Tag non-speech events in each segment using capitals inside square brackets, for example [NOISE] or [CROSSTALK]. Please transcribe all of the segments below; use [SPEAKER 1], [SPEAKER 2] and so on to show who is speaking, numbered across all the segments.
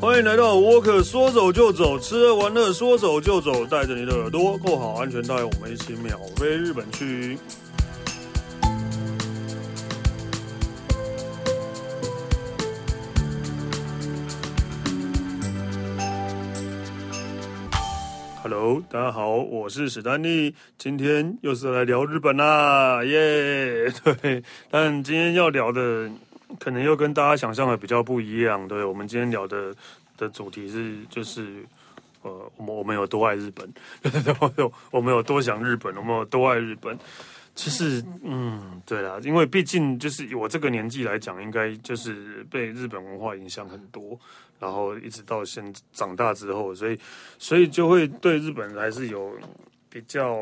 [SPEAKER 1] 欢迎来到沃克，说走就走，吃喝玩乐说走就走，带着你的耳朵扣好安全带，我们一起秒飞日本去。Hello，大家好，我是史丹利，今天又是来聊日本啦，耶、 [LAUGHS] 对，但今天要聊的可能又跟大家想象的比较不一样。对我们今天聊的的主题是，就是呃，我们我们有多爱日本， [LAUGHS] 我有我们有多想日本，我们有多爱日本。其实，嗯，对啦，因为毕竟就是以我这个年纪来讲，应该就是被日本文化影响很多，然后一直到现长大之后，所以所以就会对日本还是有比较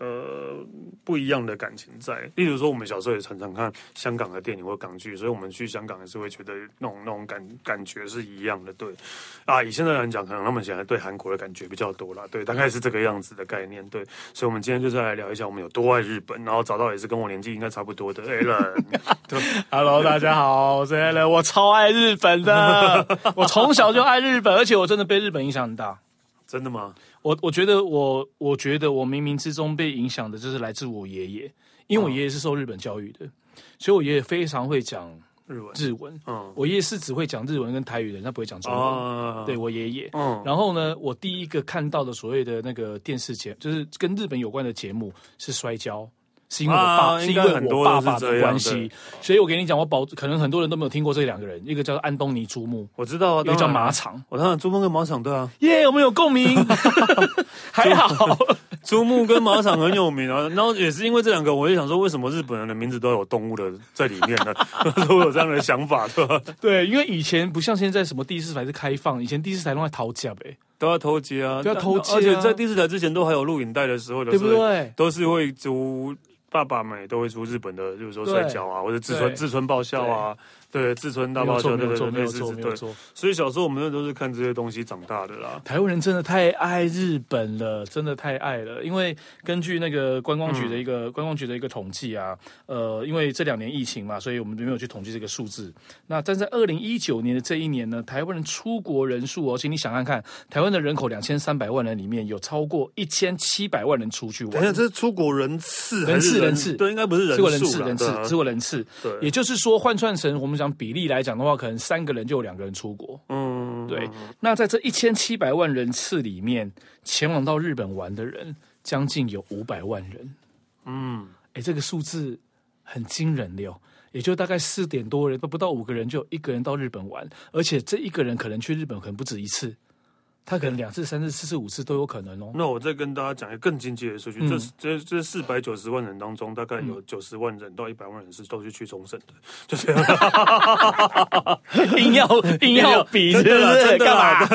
[SPEAKER 1] 呃不一样的感情在。例如说，我们小时候也常常看香港的电影或港剧，所以我们去香港也是会觉得那种那种感感觉是一样的。对啊，以现在来讲，可能他们现在对韩国的感觉比较多啦，对，大概是这个样子的概念。对，所以我们今天就是来聊一下我们有多爱日本，然后找到也是跟我年纪应该差不多的哎
[SPEAKER 2] [LAUGHS]
[SPEAKER 1] Alan。
[SPEAKER 2] Hello，大家好，我是 a l 我超爱日本的，我从小就爱日本，而且我真的被日本影响很大。
[SPEAKER 1] 真的吗？
[SPEAKER 2] 我我觉得我我觉得我冥冥之中被影响的就是来自我爷爷，因为我爷爷是受日本教育的，所以我爷爷非常会讲
[SPEAKER 1] 日文？
[SPEAKER 2] 日文。 [LAUGHS]
[SPEAKER 1] 嗯
[SPEAKER 2] 我爷爷是只会讲日文跟台语的人，他不会讲中文。
[SPEAKER 1] 啊，
[SPEAKER 2] 对，我爷爷，
[SPEAKER 1] 嗯
[SPEAKER 2] 然后呢，我第一个看到的所谓的那个电视节，就是跟日本有关的节目是摔跤，是因为我爸，
[SPEAKER 1] 啊
[SPEAKER 2] 是因
[SPEAKER 1] 应
[SPEAKER 2] 为
[SPEAKER 1] 该很
[SPEAKER 2] 我
[SPEAKER 1] 多
[SPEAKER 2] 爸
[SPEAKER 1] 人是
[SPEAKER 2] 爸
[SPEAKER 1] 这
[SPEAKER 2] 的
[SPEAKER 1] 样
[SPEAKER 2] 关系，所以我给你讲，我保可能很多人都没有听过这两个人，一个叫安东尼朱木，
[SPEAKER 1] 我知道啊，
[SPEAKER 2] 一个叫
[SPEAKER 1] 当然啊
[SPEAKER 2] 马场。
[SPEAKER 1] 我当然朱木跟马场对啊，
[SPEAKER 2] 耶我们有
[SPEAKER 1] [LAUGHS]
[SPEAKER 2] 共鸣， [LAUGHS] 还好。
[SPEAKER 1] 朱木跟马场很有名啊。 [LAUGHS] 然后也是因为这两个，我就想说，为什么日本人的名字都有动物的 [LAUGHS] 在里面呢？那时候我有这样的想法，对吧？
[SPEAKER 2] 对，因为以前不像现在什么第四台是开放，以前第四台都在讨价呗，
[SPEAKER 1] 都要偷接啊，
[SPEAKER 2] 都要偷接啊
[SPEAKER 1] 而且在第四台之前都还有录影带的时候，
[SPEAKER 2] 对不
[SPEAKER 1] 有时候
[SPEAKER 2] 对？
[SPEAKER 1] 都是会出爸爸们也都会出日本的，就是说摔跤啊，或者自尊
[SPEAKER 2] 对
[SPEAKER 1] 自尊爆笑啊，对，自尊大
[SPEAKER 2] 没
[SPEAKER 1] 爆
[SPEAKER 2] 有
[SPEAKER 1] 笑，
[SPEAKER 2] 错，没
[SPEAKER 1] 对
[SPEAKER 2] 有
[SPEAKER 1] 对
[SPEAKER 2] 错，
[SPEAKER 1] 对，
[SPEAKER 2] 没
[SPEAKER 1] 类
[SPEAKER 2] 有
[SPEAKER 1] 似
[SPEAKER 2] 错，
[SPEAKER 1] 是
[SPEAKER 2] 没
[SPEAKER 1] 对
[SPEAKER 2] 有。错。
[SPEAKER 1] 所以小时候我们那都是看这些东西长大的啦。
[SPEAKER 2] 台湾人真的太爱日本了，真的太爱了。因为根据那个观光局的一
[SPEAKER 1] 嗯
[SPEAKER 2] 个、观光局的一个统计啊，呃，因为这两年疫情嘛，所以我们没有去统计这个数字。那但在二零一九年的这一年呢，台湾人出国人数哦，请你想看看，台湾的人口两千三百万人里面有超过一千七百万人出去
[SPEAKER 1] 等一下，
[SPEAKER 2] 玩，
[SPEAKER 1] 这是出国人次还
[SPEAKER 2] 人
[SPEAKER 1] 是
[SPEAKER 2] 次
[SPEAKER 1] 人
[SPEAKER 2] 人次
[SPEAKER 1] 对，应该不是人
[SPEAKER 2] 出国人
[SPEAKER 1] 数
[SPEAKER 2] 次
[SPEAKER 1] 啦，
[SPEAKER 2] 人次
[SPEAKER 1] 对啊
[SPEAKER 2] 出国人次，
[SPEAKER 1] 对，
[SPEAKER 2] 也就是说换算成我们讲比例来讲的话，可能三个人就有两个人出国。
[SPEAKER 1] 嗯，
[SPEAKER 2] 对，那在这一千七百万人次里面，前往到日本玩的人将近有五百万人。
[SPEAKER 1] 嗯。
[SPEAKER 2] 哎，这个数字很惊人的哦，也就大概四点多人，都不到五个人就有一个人到日本玩，而且这一个人可能去日本可能不止一次，他可能两次、三次、四次、五次都有可能
[SPEAKER 1] [LAUGHS]
[SPEAKER 2] 哦。
[SPEAKER 1] 那我再跟大家讲一个更经济的数据，
[SPEAKER 2] 嗯
[SPEAKER 1] 这这这四百九十万人当中，大概有九十万人到一百万人是都是去冲绳的，就
[SPEAKER 2] [LAUGHS]
[SPEAKER 1] 这样。
[SPEAKER 2] 硬要硬要 [LAUGHS] 比，是
[SPEAKER 1] 真
[SPEAKER 2] 不
[SPEAKER 1] 的啦
[SPEAKER 2] 是？
[SPEAKER 1] 真的
[SPEAKER 2] 干
[SPEAKER 1] 啦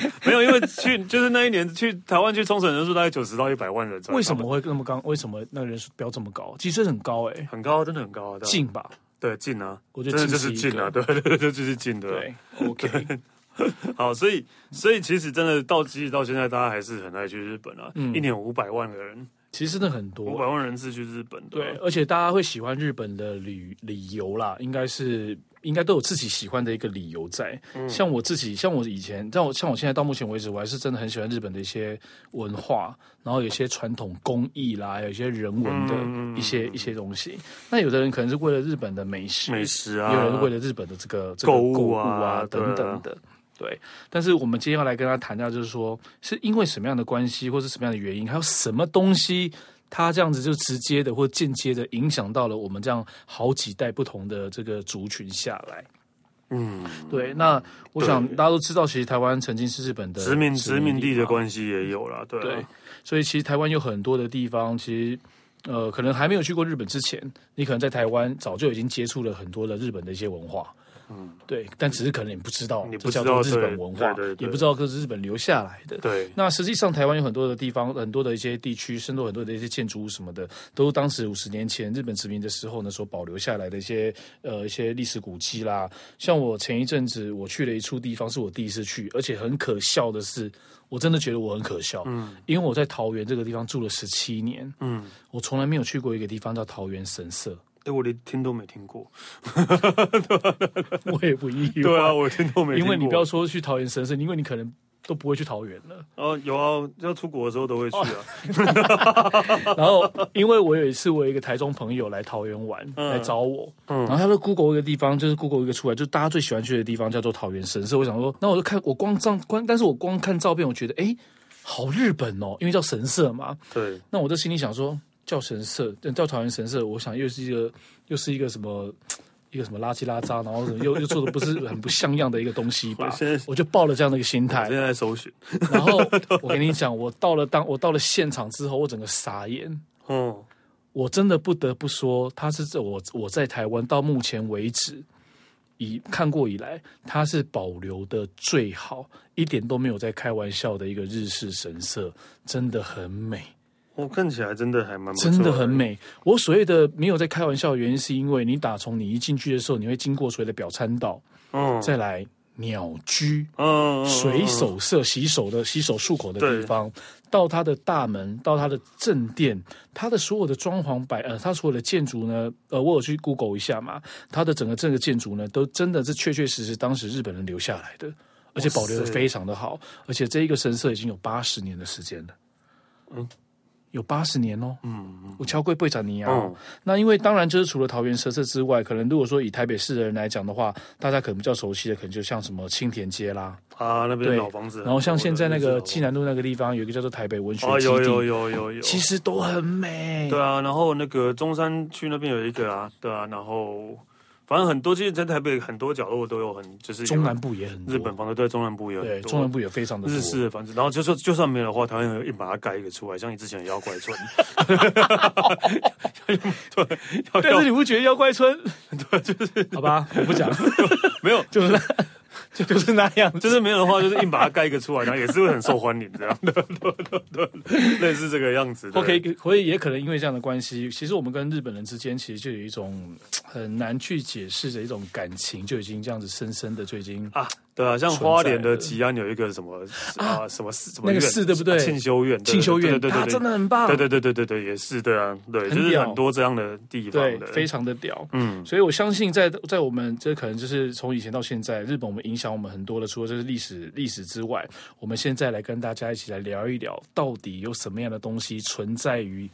[SPEAKER 2] 嘛？
[SPEAKER 1] [LAUGHS] 没有，因为去就是那一年去台湾去冲绳人数大概九十到一百万人左右，
[SPEAKER 2] 为什么会那么高？为什么那个人数标这么高？其实很高哎、
[SPEAKER 1] 很高啊？真的很高啊！对啊
[SPEAKER 2] 近吧？
[SPEAKER 1] 对近啊，
[SPEAKER 2] 我觉
[SPEAKER 1] 真
[SPEAKER 2] 得
[SPEAKER 1] 的
[SPEAKER 2] 近
[SPEAKER 1] 就是
[SPEAKER 2] 是一
[SPEAKER 1] 近啊，
[SPEAKER 2] 个
[SPEAKER 1] 对对对，就是近的。
[SPEAKER 2] 对，OK。 [LAUGHS]
[SPEAKER 1] 好，所以所以其实真的到即使到现在，大家还是很爱去日本啊，
[SPEAKER 2] 嗯
[SPEAKER 1] 一年五百万个人，
[SPEAKER 2] 其实真的很多，
[SPEAKER 1] 五百万人次去日本，对
[SPEAKER 2] 对，
[SPEAKER 1] 啊。
[SPEAKER 2] 而且大家会喜欢日本的理理由啦，应该是应该都有自己喜欢的一个理由在。像我自己，像我以前，像我像我现在到目前为止，我还是真的很喜欢日本的一些文化，然后有一些传统工艺啦，有一些人文的一些、一些东西。那有的人可能是为了日本的美食，
[SPEAKER 1] 美食啊，
[SPEAKER 2] 也有人为了日本的这个这个
[SPEAKER 1] 购
[SPEAKER 2] 购
[SPEAKER 1] 物啊
[SPEAKER 2] 物啊
[SPEAKER 1] 对啊
[SPEAKER 2] 等等的。对，但是我们今天要来跟他谈到，就是说，是因为什么样的关系，或是什么样的原因，还有什么东西，它这样子就直接的或间接的影响到了我们这样好几代不同的这个族群下来。
[SPEAKER 1] 嗯，
[SPEAKER 2] 对，那我想大家都知道，其实台湾曾经是日本的
[SPEAKER 1] 殖民殖民地的
[SPEAKER 2] 嘛
[SPEAKER 1] 关系也有啦，对啊
[SPEAKER 2] 对，所以其实台湾有很多的地方，其实呃，可能还没有去过日本之前，你可能在台湾早就已经接触了很多的日本的一些文化。嗯，对，但只是可能你不知道，
[SPEAKER 1] 你
[SPEAKER 2] 这
[SPEAKER 1] 不知
[SPEAKER 2] 叫
[SPEAKER 1] 道
[SPEAKER 2] 做日本文化，
[SPEAKER 1] 对对对对
[SPEAKER 2] 也不知道这是日本留下来的。
[SPEAKER 1] 对。
[SPEAKER 2] 那实际上，台湾有很多的地方，很多的一些地区，甚至很多的一些建筑物什么的，都是当时五十年前日本殖民的时候呢，所保留下来的一些呃一些历史古迹啦。像我前一阵子我去了一处地方，是我第一次去，而且很可笑的是，我真的觉得我很可笑，嗯，
[SPEAKER 1] 嗯 [LAUGHS]
[SPEAKER 2] 因为我在桃园这个地方住了十七年，嗯，我从来没有去过一个地方叫桃园神社，
[SPEAKER 1] 哎，我连听都没听过。
[SPEAKER 2] 我也不意
[SPEAKER 1] [LAUGHS]
[SPEAKER 2] 外。
[SPEAKER 1] 对啊，我听都没听
[SPEAKER 2] 因
[SPEAKER 1] 过。
[SPEAKER 2] 为你不要说去桃园神社，因为你可能都不会去桃园了。
[SPEAKER 1] 哦，有啊，要出国的时候都会去
[SPEAKER 2] 哦
[SPEAKER 1] 啊。
[SPEAKER 2] [LAUGHS] 然后，因为我有一次，我有一个台中朋友来桃园玩，来找我，然后他就 Google 一个地方，就是 Google 一个出来，就是大家最喜欢去的地方叫做桃园神社。我想说，那我就看我光照光，但是我光看照片，我觉得哎，诶好日本哦，因为叫神社嘛。
[SPEAKER 1] 对，
[SPEAKER 2] 那我就心里想说，叫神社，呃叫桃园神社，我想又是一个又是一个什么。一个什么垃圾拉渣，然后又又做的不是很不像样的一个东西吧
[SPEAKER 1] 我现在，
[SPEAKER 2] 我就抱了这样的一个心
[SPEAKER 1] [LAUGHS]
[SPEAKER 2] 态
[SPEAKER 1] 现。在在搜寻。
[SPEAKER 2] 然后我跟你讲，我到了当我到了现场之后，我整个傻眼。
[SPEAKER 1] 嗯，
[SPEAKER 2] 我真的不得不说，它是这我我在台湾到目前为止以看过以来，它是保留的最好，一点都没有在开玩笑的一个日式神社，真的很美，
[SPEAKER 1] 我看起来真的还蛮不错
[SPEAKER 2] 真的很。美。我所谓的没有在开玩笑的原因，是因为你打从你一进去的时候，你会经过所谓的表参道，
[SPEAKER 1] 嗯
[SPEAKER 2] 再来鸟居，
[SPEAKER 1] 嗯，嗯
[SPEAKER 2] 水手社洗手的洗手漱口的地方，到它的大门，到它的正殿，它的所有的装潢摆呃，它所有的建筑呢，呃，我有去 Google 一下嘛，它的整个这个建筑呢，都真的是确确实实当时日本人留下来的，而且保留的非常的好，而且这一个神社已经有八十年的时间了，
[SPEAKER 1] 嗯，
[SPEAKER 2] 有八十年哦，
[SPEAKER 1] 嗯嗯
[SPEAKER 2] 我敲过贝展尼亚、
[SPEAKER 1] 嗯
[SPEAKER 2] 那因为当然就是除了桃园神社之外，可能如果说以台北市的人来讲的话，大家可能比较熟悉的，可能就像什么青田街啦。
[SPEAKER 1] 啊，那边
[SPEAKER 2] 对
[SPEAKER 1] 老房子很多的。
[SPEAKER 2] 然后像现在那
[SPEAKER 1] 日式
[SPEAKER 2] 个
[SPEAKER 1] 老
[SPEAKER 2] 济
[SPEAKER 1] 房子
[SPEAKER 2] 南路那个地方，有一个叫做台北文学
[SPEAKER 1] 哦，
[SPEAKER 2] 基地，
[SPEAKER 1] 有有有有有，
[SPEAKER 2] 其实都很美。
[SPEAKER 1] 对啊，然后那个中山区那边有一个啊，对啊，然后反正很多，其实在台北很多角落都有很，就是有啊
[SPEAKER 2] 中南部也很多，
[SPEAKER 1] 日本房子对中南部也有
[SPEAKER 2] 对
[SPEAKER 1] 很
[SPEAKER 2] 中南
[SPEAKER 1] 多。
[SPEAKER 2] 部也非常的多
[SPEAKER 1] 日式的房子，然后就说就算没有的话，台湾也把它盖一个出来，像你之前的妖怪
[SPEAKER 2] [LAUGHS]
[SPEAKER 1] 村，对，要
[SPEAKER 2] 但是
[SPEAKER 1] 要
[SPEAKER 2] 你不觉得妖怪村？对，就是好吧，我不讲，
[SPEAKER 1] 没有，
[SPEAKER 2] 就是那，就就是那样子。
[SPEAKER 1] 就是没有的话，就是硬把它盖一个出来，然后也是会很受欢迎这样的， [LAUGHS] 对对对，类似这个样子。对
[SPEAKER 2] OK，所以也可能因为这样的关系，其实我们跟日本人之间其实就有一种很难去解释的一种感情，就已经这样子深深的就已经
[SPEAKER 1] 啊，对啊，像花莲的吉安有一个什么啊，什么寺什么
[SPEAKER 2] 那个
[SPEAKER 1] 院啊
[SPEAKER 2] 寺对不对
[SPEAKER 1] 庆修院，对
[SPEAKER 2] 庆修院，
[SPEAKER 1] 对对
[SPEAKER 2] 它
[SPEAKER 1] 对，
[SPEAKER 2] 真的很棒，
[SPEAKER 1] 对对对对对对，也是对啊，对，
[SPEAKER 2] 很
[SPEAKER 1] 就是
[SPEAKER 2] 屌
[SPEAKER 1] 很多这样的地方
[SPEAKER 2] 对
[SPEAKER 1] 的，
[SPEAKER 2] 非常的屌。
[SPEAKER 1] 嗯
[SPEAKER 2] 所以我相信在，在我们这可能就是从以前到现在，日本我们影响我们很多的，除了这是历史历史之外，我们现在来跟大家一起来聊一聊，到底有什么样的东西存在于。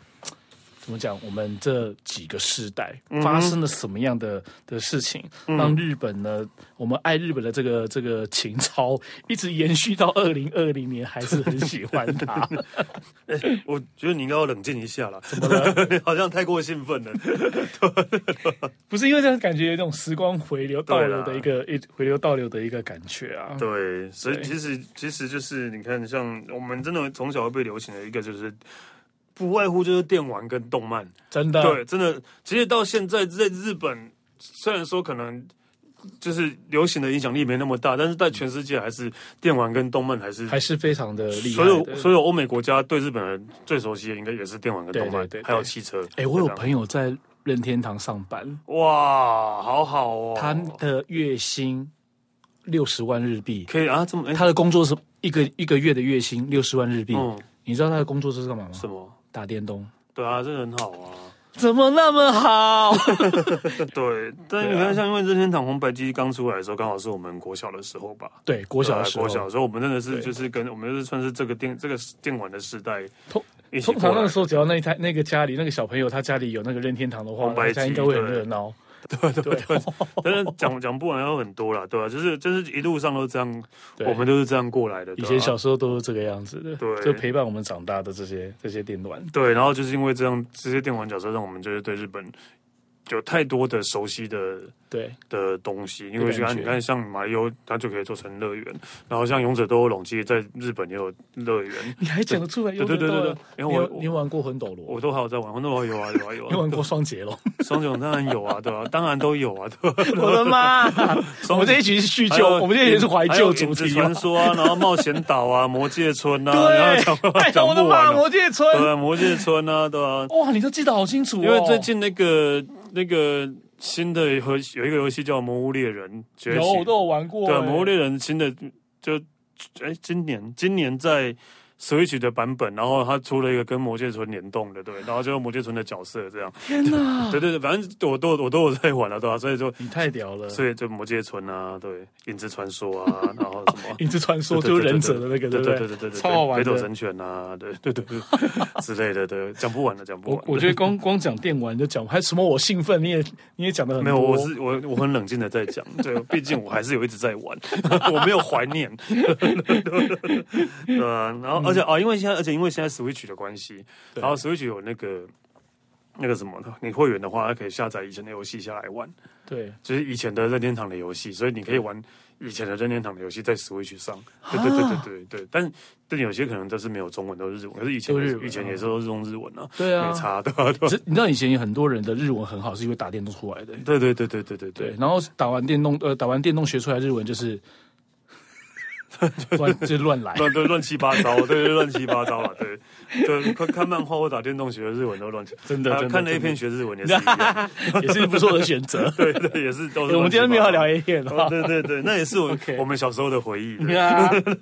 [SPEAKER 2] 怎么讲？我们这几个世代
[SPEAKER 1] 嗯
[SPEAKER 2] 发生了什么样的、的事情，让日本呢？我们爱日本的这个这个情操，一直延续到二零二零年，还是很喜欢它。
[SPEAKER 1] 我觉得你应该要冷静一下啦，
[SPEAKER 2] 怎么了？
[SPEAKER 1] 你 [LAUGHS] 好像太过兴奋了。
[SPEAKER 2] 不是因为这样感觉有一种时光回流倒流的
[SPEAKER 1] 对啦
[SPEAKER 2] 一个一回流倒流的一个感觉啊。
[SPEAKER 1] 对，所以
[SPEAKER 2] 对
[SPEAKER 1] 其实其实就是你看，像我们真的从小被流行的一个就是。不外乎就是电玩跟动漫，
[SPEAKER 2] 真的，
[SPEAKER 1] 对，真的，其实到现在在日本，虽然说可能就是流行的影响力没那么大，但是在全世界还是电玩跟动漫还是
[SPEAKER 2] 还是非常的厉害
[SPEAKER 1] 所有
[SPEAKER 2] 的。
[SPEAKER 1] 所有欧美国家对日本人最熟悉的应该也是电玩跟动漫，
[SPEAKER 2] 对对对对
[SPEAKER 1] 还有汽车。
[SPEAKER 2] 哎、我有
[SPEAKER 1] 这样
[SPEAKER 2] 朋友在任天堂上班，
[SPEAKER 1] 哇，好好哦，
[SPEAKER 2] 他的月薪六十万日币，
[SPEAKER 1] 可以啊，这么哎，
[SPEAKER 2] 他的工作是一个一个月的月薪六十万日币。
[SPEAKER 1] 嗯，
[SPEAKER 2] 你知道他的工作是干嘛吗？
[SPEAKER 1] 什么？
[SPEAKER 2] 打电动。
[SPEAKER 1] 对啊，这个很好啊。
[SPEAKER 2] 怎么那么
[SPEAKER 1] [LAUGHS]
[SPEAKER 2] 好？
[SPEAKER 1] 对，但你
[SPEAKER 2] 对啊
[SPEAKER 1] 看，像因为任天堂红白机刚出来的时候，刚好是我们国小的时候吧。
[SPEAKER 2] 对，国小的时
[SPEAKER 1] 对
[SPEAKER 2] 候，
[SPEAKER 1] 啊国小的时候，我们真的是
[SPEAKER 2] 对
[SPEAKER 1] 就是跟我们就是算是这个电这个电玩的时代
[SPEAKER 2] 通
[SPEAKER 1] 一起
[SPEAKER 2] 通常
[SPEAKER 1] 过来
[SPEAKER 2] 那个。时候，只要那一台那个家里那个小朋友他家里有那个任天堂的话，
[SPEAKER 1] 红白
[SPEAKER 2] 大家
[SPEAKER 1] 机
[SPEAKER 2] 应该会很
[SPEAKER 1] 对
[SPEAKER 2] 热闹。
[SPEAKER 1] 对对
[SPEAKER 2] 对
[SPEAKER 1] 对，但是讲讲不完有很多啦，对吧、啊就是就是一路上都这样，
[SPEAKER 2] 对
[SPEAKER 1] 我们都是这样过来的。
[SPEAKER 2] 以
[SPEAKER 1] 对啊
[SPEAKER 2] 前小时候都是这个样子的，
[SPEAKER 1] 对
[SPEAKER 2] 就陪伴我们长大的这些这些电玩。
[SPEAKER 1] 对，然后就是因为这样，这些电玩角色让我们就是对日本有太多的熟悉的
[SPEAKER 2] 对，
[SPEAKER 1] 的东西，因
[SPEAKER 2] 的
[SPEAKER 1] 为你
[SPEAKER 2] 感
[SPEAKER 1] 看，
[SPEAKER 2] 觉
[SPEAKER 1] 你看像马里奥，它就可以做成乐园，然后像勇者斗恶龙，其实在日本也有乐园。
[SPEAKER 2] 你还讲得出来？
[SPEAKER 1] 对对对对对，因为
[SPEAKER 2] 你有
[SPEAKER 1] 我
[SPEAKER 2] 啊你有
[SPEAKER 1] 我
[SPEAKER 2] 玩过魂斗罗？
[SPEAKER 1] 我都还有在玩，那我有啊有啊有
[SPEAKER 2] [LAUGHS] 你
[SPEAKER 1] 啊，
[SPEAKER 2] 玩过双截龙？
[SPEAKER 1] 双九当然有啊，对吧、 [LAUGHS] 当然都有啊，对
[SPEAKER 2] [LAUGHS]
[SPEAKER 1] 吧、
[SPEAKER 2] 我的妈！我
[SPEAKER 1] 双
[SPEAKER 2] 们这一集是叙
[SPEAKER 1] 还
[SPEAKER 2] 旧，
[SPEAKER 1] 有
[SPEAKER 2] 我们这一集是怀旧
[SPEAKER 1] 还有
[SPEAKER 2] 主
[SPEAKER 1] 影子
[SPEAKER 2] 题嘛
[SPEAKER 1] 传说啊，然后冒险岛啊，魔界村
[SPEAKER 2] [LAUGHS]
[SPEAKER 1] 啊，然后
[SPEAKER 2] 对
[SPEAKER 1] 讲，
[SPEAKER 2] [LAUGHS] 哎
[SPEAKER 1] 讲
[SPEAKER 2] 我的
[SPEAKER 1] 不
[SPEAKER 2] 妈！
[SPEAKER 1] 完、啊，
[SPEAKER 2] 魔界村，
[SPEAKER 1] 对啊，魔界村啊，对啊，
[SPEAKER 2] 哇，你都记得好清楚哦。
[SPEAKER 1] 因为最近那个那个新的游戏有一个游戏叫《魔物猎人崛起啊
[SPEAKER 2] 有》，我都有玩过。
[SPEAKER 1] 对，《
[SPEAKER 2] 哎
[SPEAKER 1] 魔物猎人》新的就哎，今年今年在 Switch 的版本，然后它出了一个跟魔界村联动的，对，然后就用魔界村的角色这样。
[SPEAKER 2] 天哪，
[SPEAKER 1] 对对对，反正我都我都有在玩了，对吧、所以就
[SPEAKER 2] 哎你太屌了！
[SPEAKER 1] 所以就魔界村啊，对，影子传说啊，然后什么。
[SPEAKER 2] 影子传说就是忍者的那个，
[SPEAKER 1] 对
[SPEAKER 2] 不
[SPEAKER 1] 对对对对对，
[SPEAKER 2] 超好玩
[SPEAKER 1] 北斗
[SPEAKER 2] 的。
[SPEAKER 1] 神拳啊，对对对对之类的，对，讲不完了，讲不
[SPEAKER 2] 我
[SPEAKER 1] 完。
[SPEAKER 2] 我觉得光光讲电玩就讲，还什么我兴奋，你也你也讲的很
[SPEAKER 1] 没有，
[SPEAKER 2] 多
[SPEAKER 1] 我是我我很冷静的在讲，对，毕竟我还是有一直在玩， [LAUGHS] 我没有怀念， [LAUGHS] 对啊，然后而
[SPEAKER 2] 嗯
[SPEAKER 1] 且啊、因为现在而且因为现在 Switch 的关系，然后 Switch 有那个那个什么，你会员的话，它可以下载以前的游戏下来玩，
[SPEAKER 2] 对
[SPEAKER 1] 就是以前的任天堂的游戏，所以你可以玩以前的任天堂的游戏在 Switch 上，对对对
[SPEAKER 2] 啊
[SPEAKER 1] 对对对，但但有些可能都是没有中文，都是日文，可是以前
[SPEAKER 2] 都日文
[SPEAKER 1] 以前也是都是用日文啊，
[SPEAKER 2] 对啊
[SPEAKER 1] 没，差的，
[SPEAKER 2] [LAUGHS]
[SPEAKER 1] 对吧
[SPEAKER 2] 这你知道以前有很多人的日文很好，是因为打电动出来的。
[SPEAKER 1] 对对对对对对
[SPEAKER 2] 对
[SPEAKER 1] 对，，
[SPEAKER 2] 然后打完电动，呃，打完电动学出来日文就是 [LAUGHS] 乱， [LAUGHS] 就是乱
[SPEAKER 1] [LAUGHS]
[SPEAKER 2] 来。
[SPEAKER 1] 乱对乱七八糟，对对乱七八糟啊，对对，看看漫画或打电动学的日文都乱七，
[SPEAKER 2] 真的
[SPEAKER 1] 啊
[SPEAKER 2] 真的
[SPEAKER 1] 看 A 片学日文也是一样，
[SPEAKER 2] 也是不错的选
[SPEAKER 1] [LAUGHS]
[SPEAKER 2] 择。欸
[SPEAKER 1] 对对也是都是
[SPEAKER 2] [LAUGHS] 我
[SPEAKER 1] 乱七八糟。
[SPEAKER 2] 们今天没有要聊 A 片
[SPEAKER 1] 哦，
[SPEAKER 2] 啊。
[SPEAKER 1] 对对对，那也是我
[SPEAKER 2] OK
[SPEAKER 1] 我们小时候的回忆，对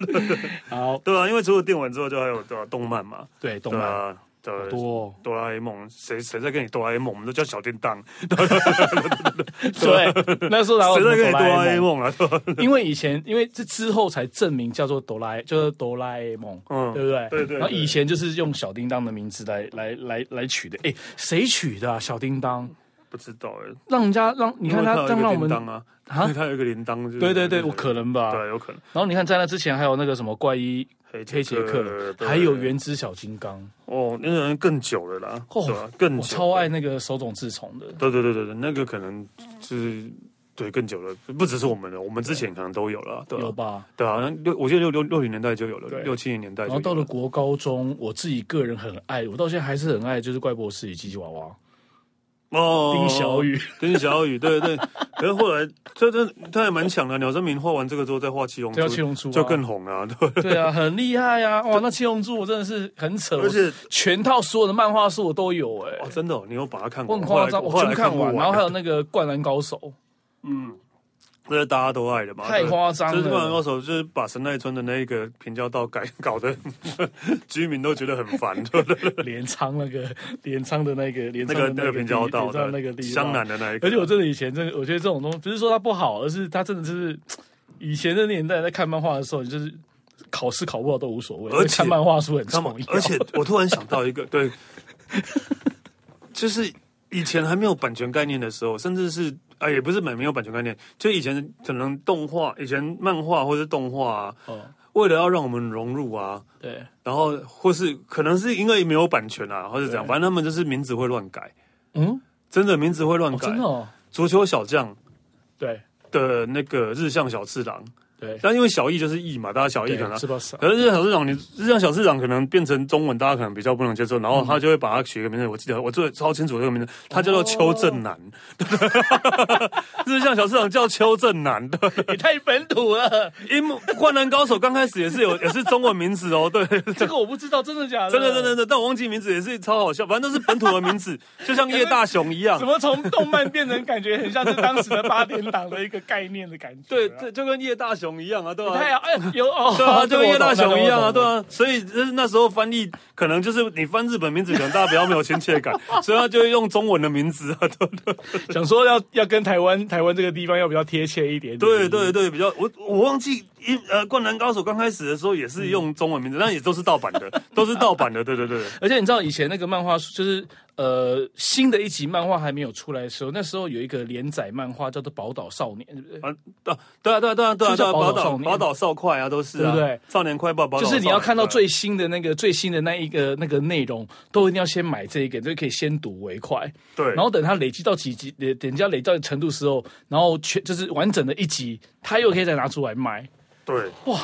[SPEAKER 1] [LAUGHS]
[SPEAKER 2] 好，
[SPEAKER 1] 对啊，因为除了电玩之后，就还有对啊动漫嘛，
[SPEAKER 2] 对，动
[SPEAKER 1] 对
[SPEAKER 2] 漫
[SPEAKER 1] 啊，对啊
[SPEAKER 2] 多哦，
[SPEAKER 1] 哆啦 A 梦，谁谁在跟你哆啦 A 梦？我们都叫小叮当，
[SPEAKER 2] 对，那时候然后
[SPEAKER 1] 谁在跟你哆
[SPEAKER 2] [LAUGHS] 哆
[SPEAKER 1] 啦
[SPEAKER 2] 啦
[SPEAKER 1] A
[SPEAKER 2] A 梦，
[SPEAKER 1] 梦啊？对吧
[SPEAKER 2] 因为以前因为这之后才证明叫做哆啦 A，就是哆啦 A 梦。
[SPEAKER 1] 嗯，
[SPEAKER 2] 对不对？
[SPEAKER 1] 对对对
[SPEAKER 2] 然后以前就是用小叮当的名字来来来来取的。哎，谁取的啊？小叮当，
[SPEAKER 1] 不知道哎，
[SPEAKER 2] 让人家让你看他，
[SPEAKER 1] 因
[SPEAKER 2] 让
[SPEAKER 1] 为它
[SPEAKER 2] 让
[SPEAKER 1] 有
[SPEAKER 2] 我
[SPEAKER 1] 一个铃
[SPEAKER 2] 们
[SPEAKER 1] 铛啊，
[SPEAKER 2] 啊
[SPEAKER 1] 因为它有一个铃铛，就是
[SPEAKER 2] 对对对，我可能吧。
[SPEAKER 1] 对有可能
[SPEAKER 2] 然后你看在那之前还有那个什么怪医
[SPEAKER 1] 黑
[SPEAKER 2] 黑杰克，
[SPEAKER 1] 对
[SPEAKER 2] 还有原子小金刚，
[SPEAKER 1] 哦，那个人更久了啦，
[SPEAKER 2] 哦
[SPEAKER 1] 对吧？更
[SPEAKER 2] 我
[SPEAKER 1] 久
[SPEAKER 2] 超爱，那个手冢治虫的。
[SPEAKER 1] 对对对对对，那个可能就是。对，更久了，不只是我们的，我们之前可能都有了，对
[SPEAKER 2] 有
[SPEAKER 1] 吧？
[SPEAKER 2] 吧？
[SPEAKER 1] 对啊，那六，我记得六六六零年代就有了，
[SPEAKER 2] 对
[SPEAKER 1] 六七零年代就
[SPEAKER 2] 然
[SPEAKER 1] 有
[SPEAKER 2] 后到了国高中，我自己个人很爱，我到现在还是很爱，就是怪博士与机器娃娃、
[SPEAKER 1] 哦，
[SPEAKER 2] 丁小
[SPEAKER 1] [LAUGHS]
[SPEAKER 2] 雨。
[SPEAKER 1] 丁小雨，对对，可是后来这这他也蛮强的。鸟山明画完这个之后，再画七龙珠，
[SPEAKER 2] 对啊七龙珠啊
[SPEAKER 1] 就更红了、对。
[SPEAKER 2] 对啊，很厉害啊！哇，那七龙珠我真的是很扯，
[SPEAKER 1] 而且
[SPEAKER 2] 全套所有的漫画书我都有哎、
[SPEAKER 1] 哇，真的、哦，你有把它看过？
[SPEAKER 2] 我很夸
[SPEAKER 1] 后
[SPEAKER 2] 张，
[SPEAKER 1] 来
[SPEAKER 2] 我
[SPEAKER 1] 后来
[SPEAKER 2] 全看
[SPEAKER 1] 不
[SPEAKER 2] 完，然后还
[SPEAKER 1] 了
[SPEAKER 2] 有那个《灌篮高手
[SPEAKER 1] 嗯，这是大家都爱的嘛，》，
[SPEAKER 2] 太
[SPEAKER 1] 啊对
[SPEAKER 2] 夸张
[SPEAKER 1] 就是灌篮
[SPEAKER 2] 了。
[SPEAKER 1] 高手，就是把神奈川的那一个平交道改 [LAUGHS] 搞得居民都觉得很
[SPEAKER 2] [LAUGHS]
[SPEAKER 1] 烦，对不对？
[SPEAKER 2] 镰仓那个镰仓的那个镰
[SPEAKER 1] 那
[SPEAKER 2] 仓
[SPEAKER 1] 个
[SPEAKER 2] 的
[SPEAKER 1] 那
[SPEAKER 2] 个
[SPEAKER 1] 个平交道
[SPEAKER 2] 镰仓
[SPEAKER 1] 的
[SPEAKER 2] 那个地方
[SPEAKER 1] 湘南的那一个，
[SPEAKER 2] 而且我真的以前真的，我觉得这种东西不是说它不好，而是它真的就是以前的年代在看漫画的时候，你就是考试考不好都无所谓，
[SPEAKER 1] 而且
[SPEAKER 2] 因为看漫画书很
[SPEAKER 1] 他们
[SPEAKER 2] 重要。
[SPEAKER 1] 而且我突然想到一个，对，就是以前还没有版权概念的时候，甚至是啊，也不是没没有版权概念，就以前可能动画、以前漫画或是动画、啊，
[SPEAKER 2] 哦，
[SPEAKER 1] 为了要让我们融入啊，
[SPEAKER 2] 对
[SPEAKER 1] 然后或是可能是因为没有版权啊，或者怎样，
[SPEAKER 2] 对
[SPEAKER 1] 反正他们就是名字会乱改，
[SPEAKER 2] 嗯，
[SPEAKER 1] 真的名字会乱
[SPEAKER 2] 哦
[SPEAKER 1] 改。
[SPEAKER 2] 真的哦，
[SPEAKER 1] 足球小将
[SPEAKER 2] 对
[SPEAKER 1] 的那个日向小次郎，
[SPEAKER 2] 对，
[SPEAKER 1] 但因为小易啊就是易嘛，大家小易可能
[SPEAKER 2] 对是吧？少
[SPEAKER 1] 可是日向小市长，你日向小市长可能变成中文，大家可能比较不能接受，然后他就会把它取一个名字，我记得我最超清楚这个名字，他叫做邱正南。 [LAUGHS] 日向小市长叫邱正南的，
[SPEAKER 2] 也太本土
[SPEAKER 1] [LAUGHS]
[SPEAKER 2] 了，
[SPEAKER 1] 因为灌篮高手刚开始也是有 [LAUGHS] 也是中文名字哦，对，真
[SPEAKER 2] 这个我不知道，真的假的？
[SPEAKER 1] 的真的真的，但我忘记名字也是超好笑，反正都是本土的名字，就像叶大雄一 [LAUGHS] 样
[SPEAKER 2] 怎。么从动漫变成感觉很像是当时的八点档的一个概念的感觉、
[SPEAKER 1] 对，对，就跟叶大雄一样啊，对吧、
[SPEAKER 2] 太好，哎，有哦，
[SPEAKER 1] 对
[SPEAKER 2] [LAUGHS]
[SPEAKER 1] 啊，就跟叶大雄一样啊，对
[SPEAKER 2] 啊，
[SPEAKER 1] 啊，所以就是那时候翻译可能就是你翻日本名字，可能大家比较没有亲
[SPEAKER 2] [LAUGHS]
[SPEAKER 1] 切感，所以他就会用中文的名字啊，对对 [LAUGHS]
[SPEAKER 2] 想说要要跟台湾台湾这个地方要比较贴切一点点， [LAUGHS]
[SPEAKER 1] 对对对，比较我我忘记一呃《灌篮高手》刚开始的时候也是用中文名
[SPEAKER 2] 嗯
[SPEAKER 1] 字，但也都是盗版的，
[SPEAKER 2] [LAUGHS]
[SPEAKER 1] 都是盗版的，对对对，
[SPEAKER 2] 而且你知道以前那个漫画书，就是呃新的一集漫画还没有出来的时候，那时候有一个连载漫画叫做《宝岛少年》，对不对？
[SPEAKER 1] 啊啊对啊对啊对啊对啊，对啊宝岛宝岛少快啊都是啊，少年快报，宝岛
[SPEAKER 2] 就是你要看到最新的那个最新的那一个那个内容，都一定要先买这一个，就可以先睹为快。
[SPEAKER 1] 对，
[SPEAKER 2] 然后等它累积到几集，等等它累积到一定程度时候，然后全就是完整的一集，它又可以再拿出来卖。
[SPEAKER 1] 对，哇，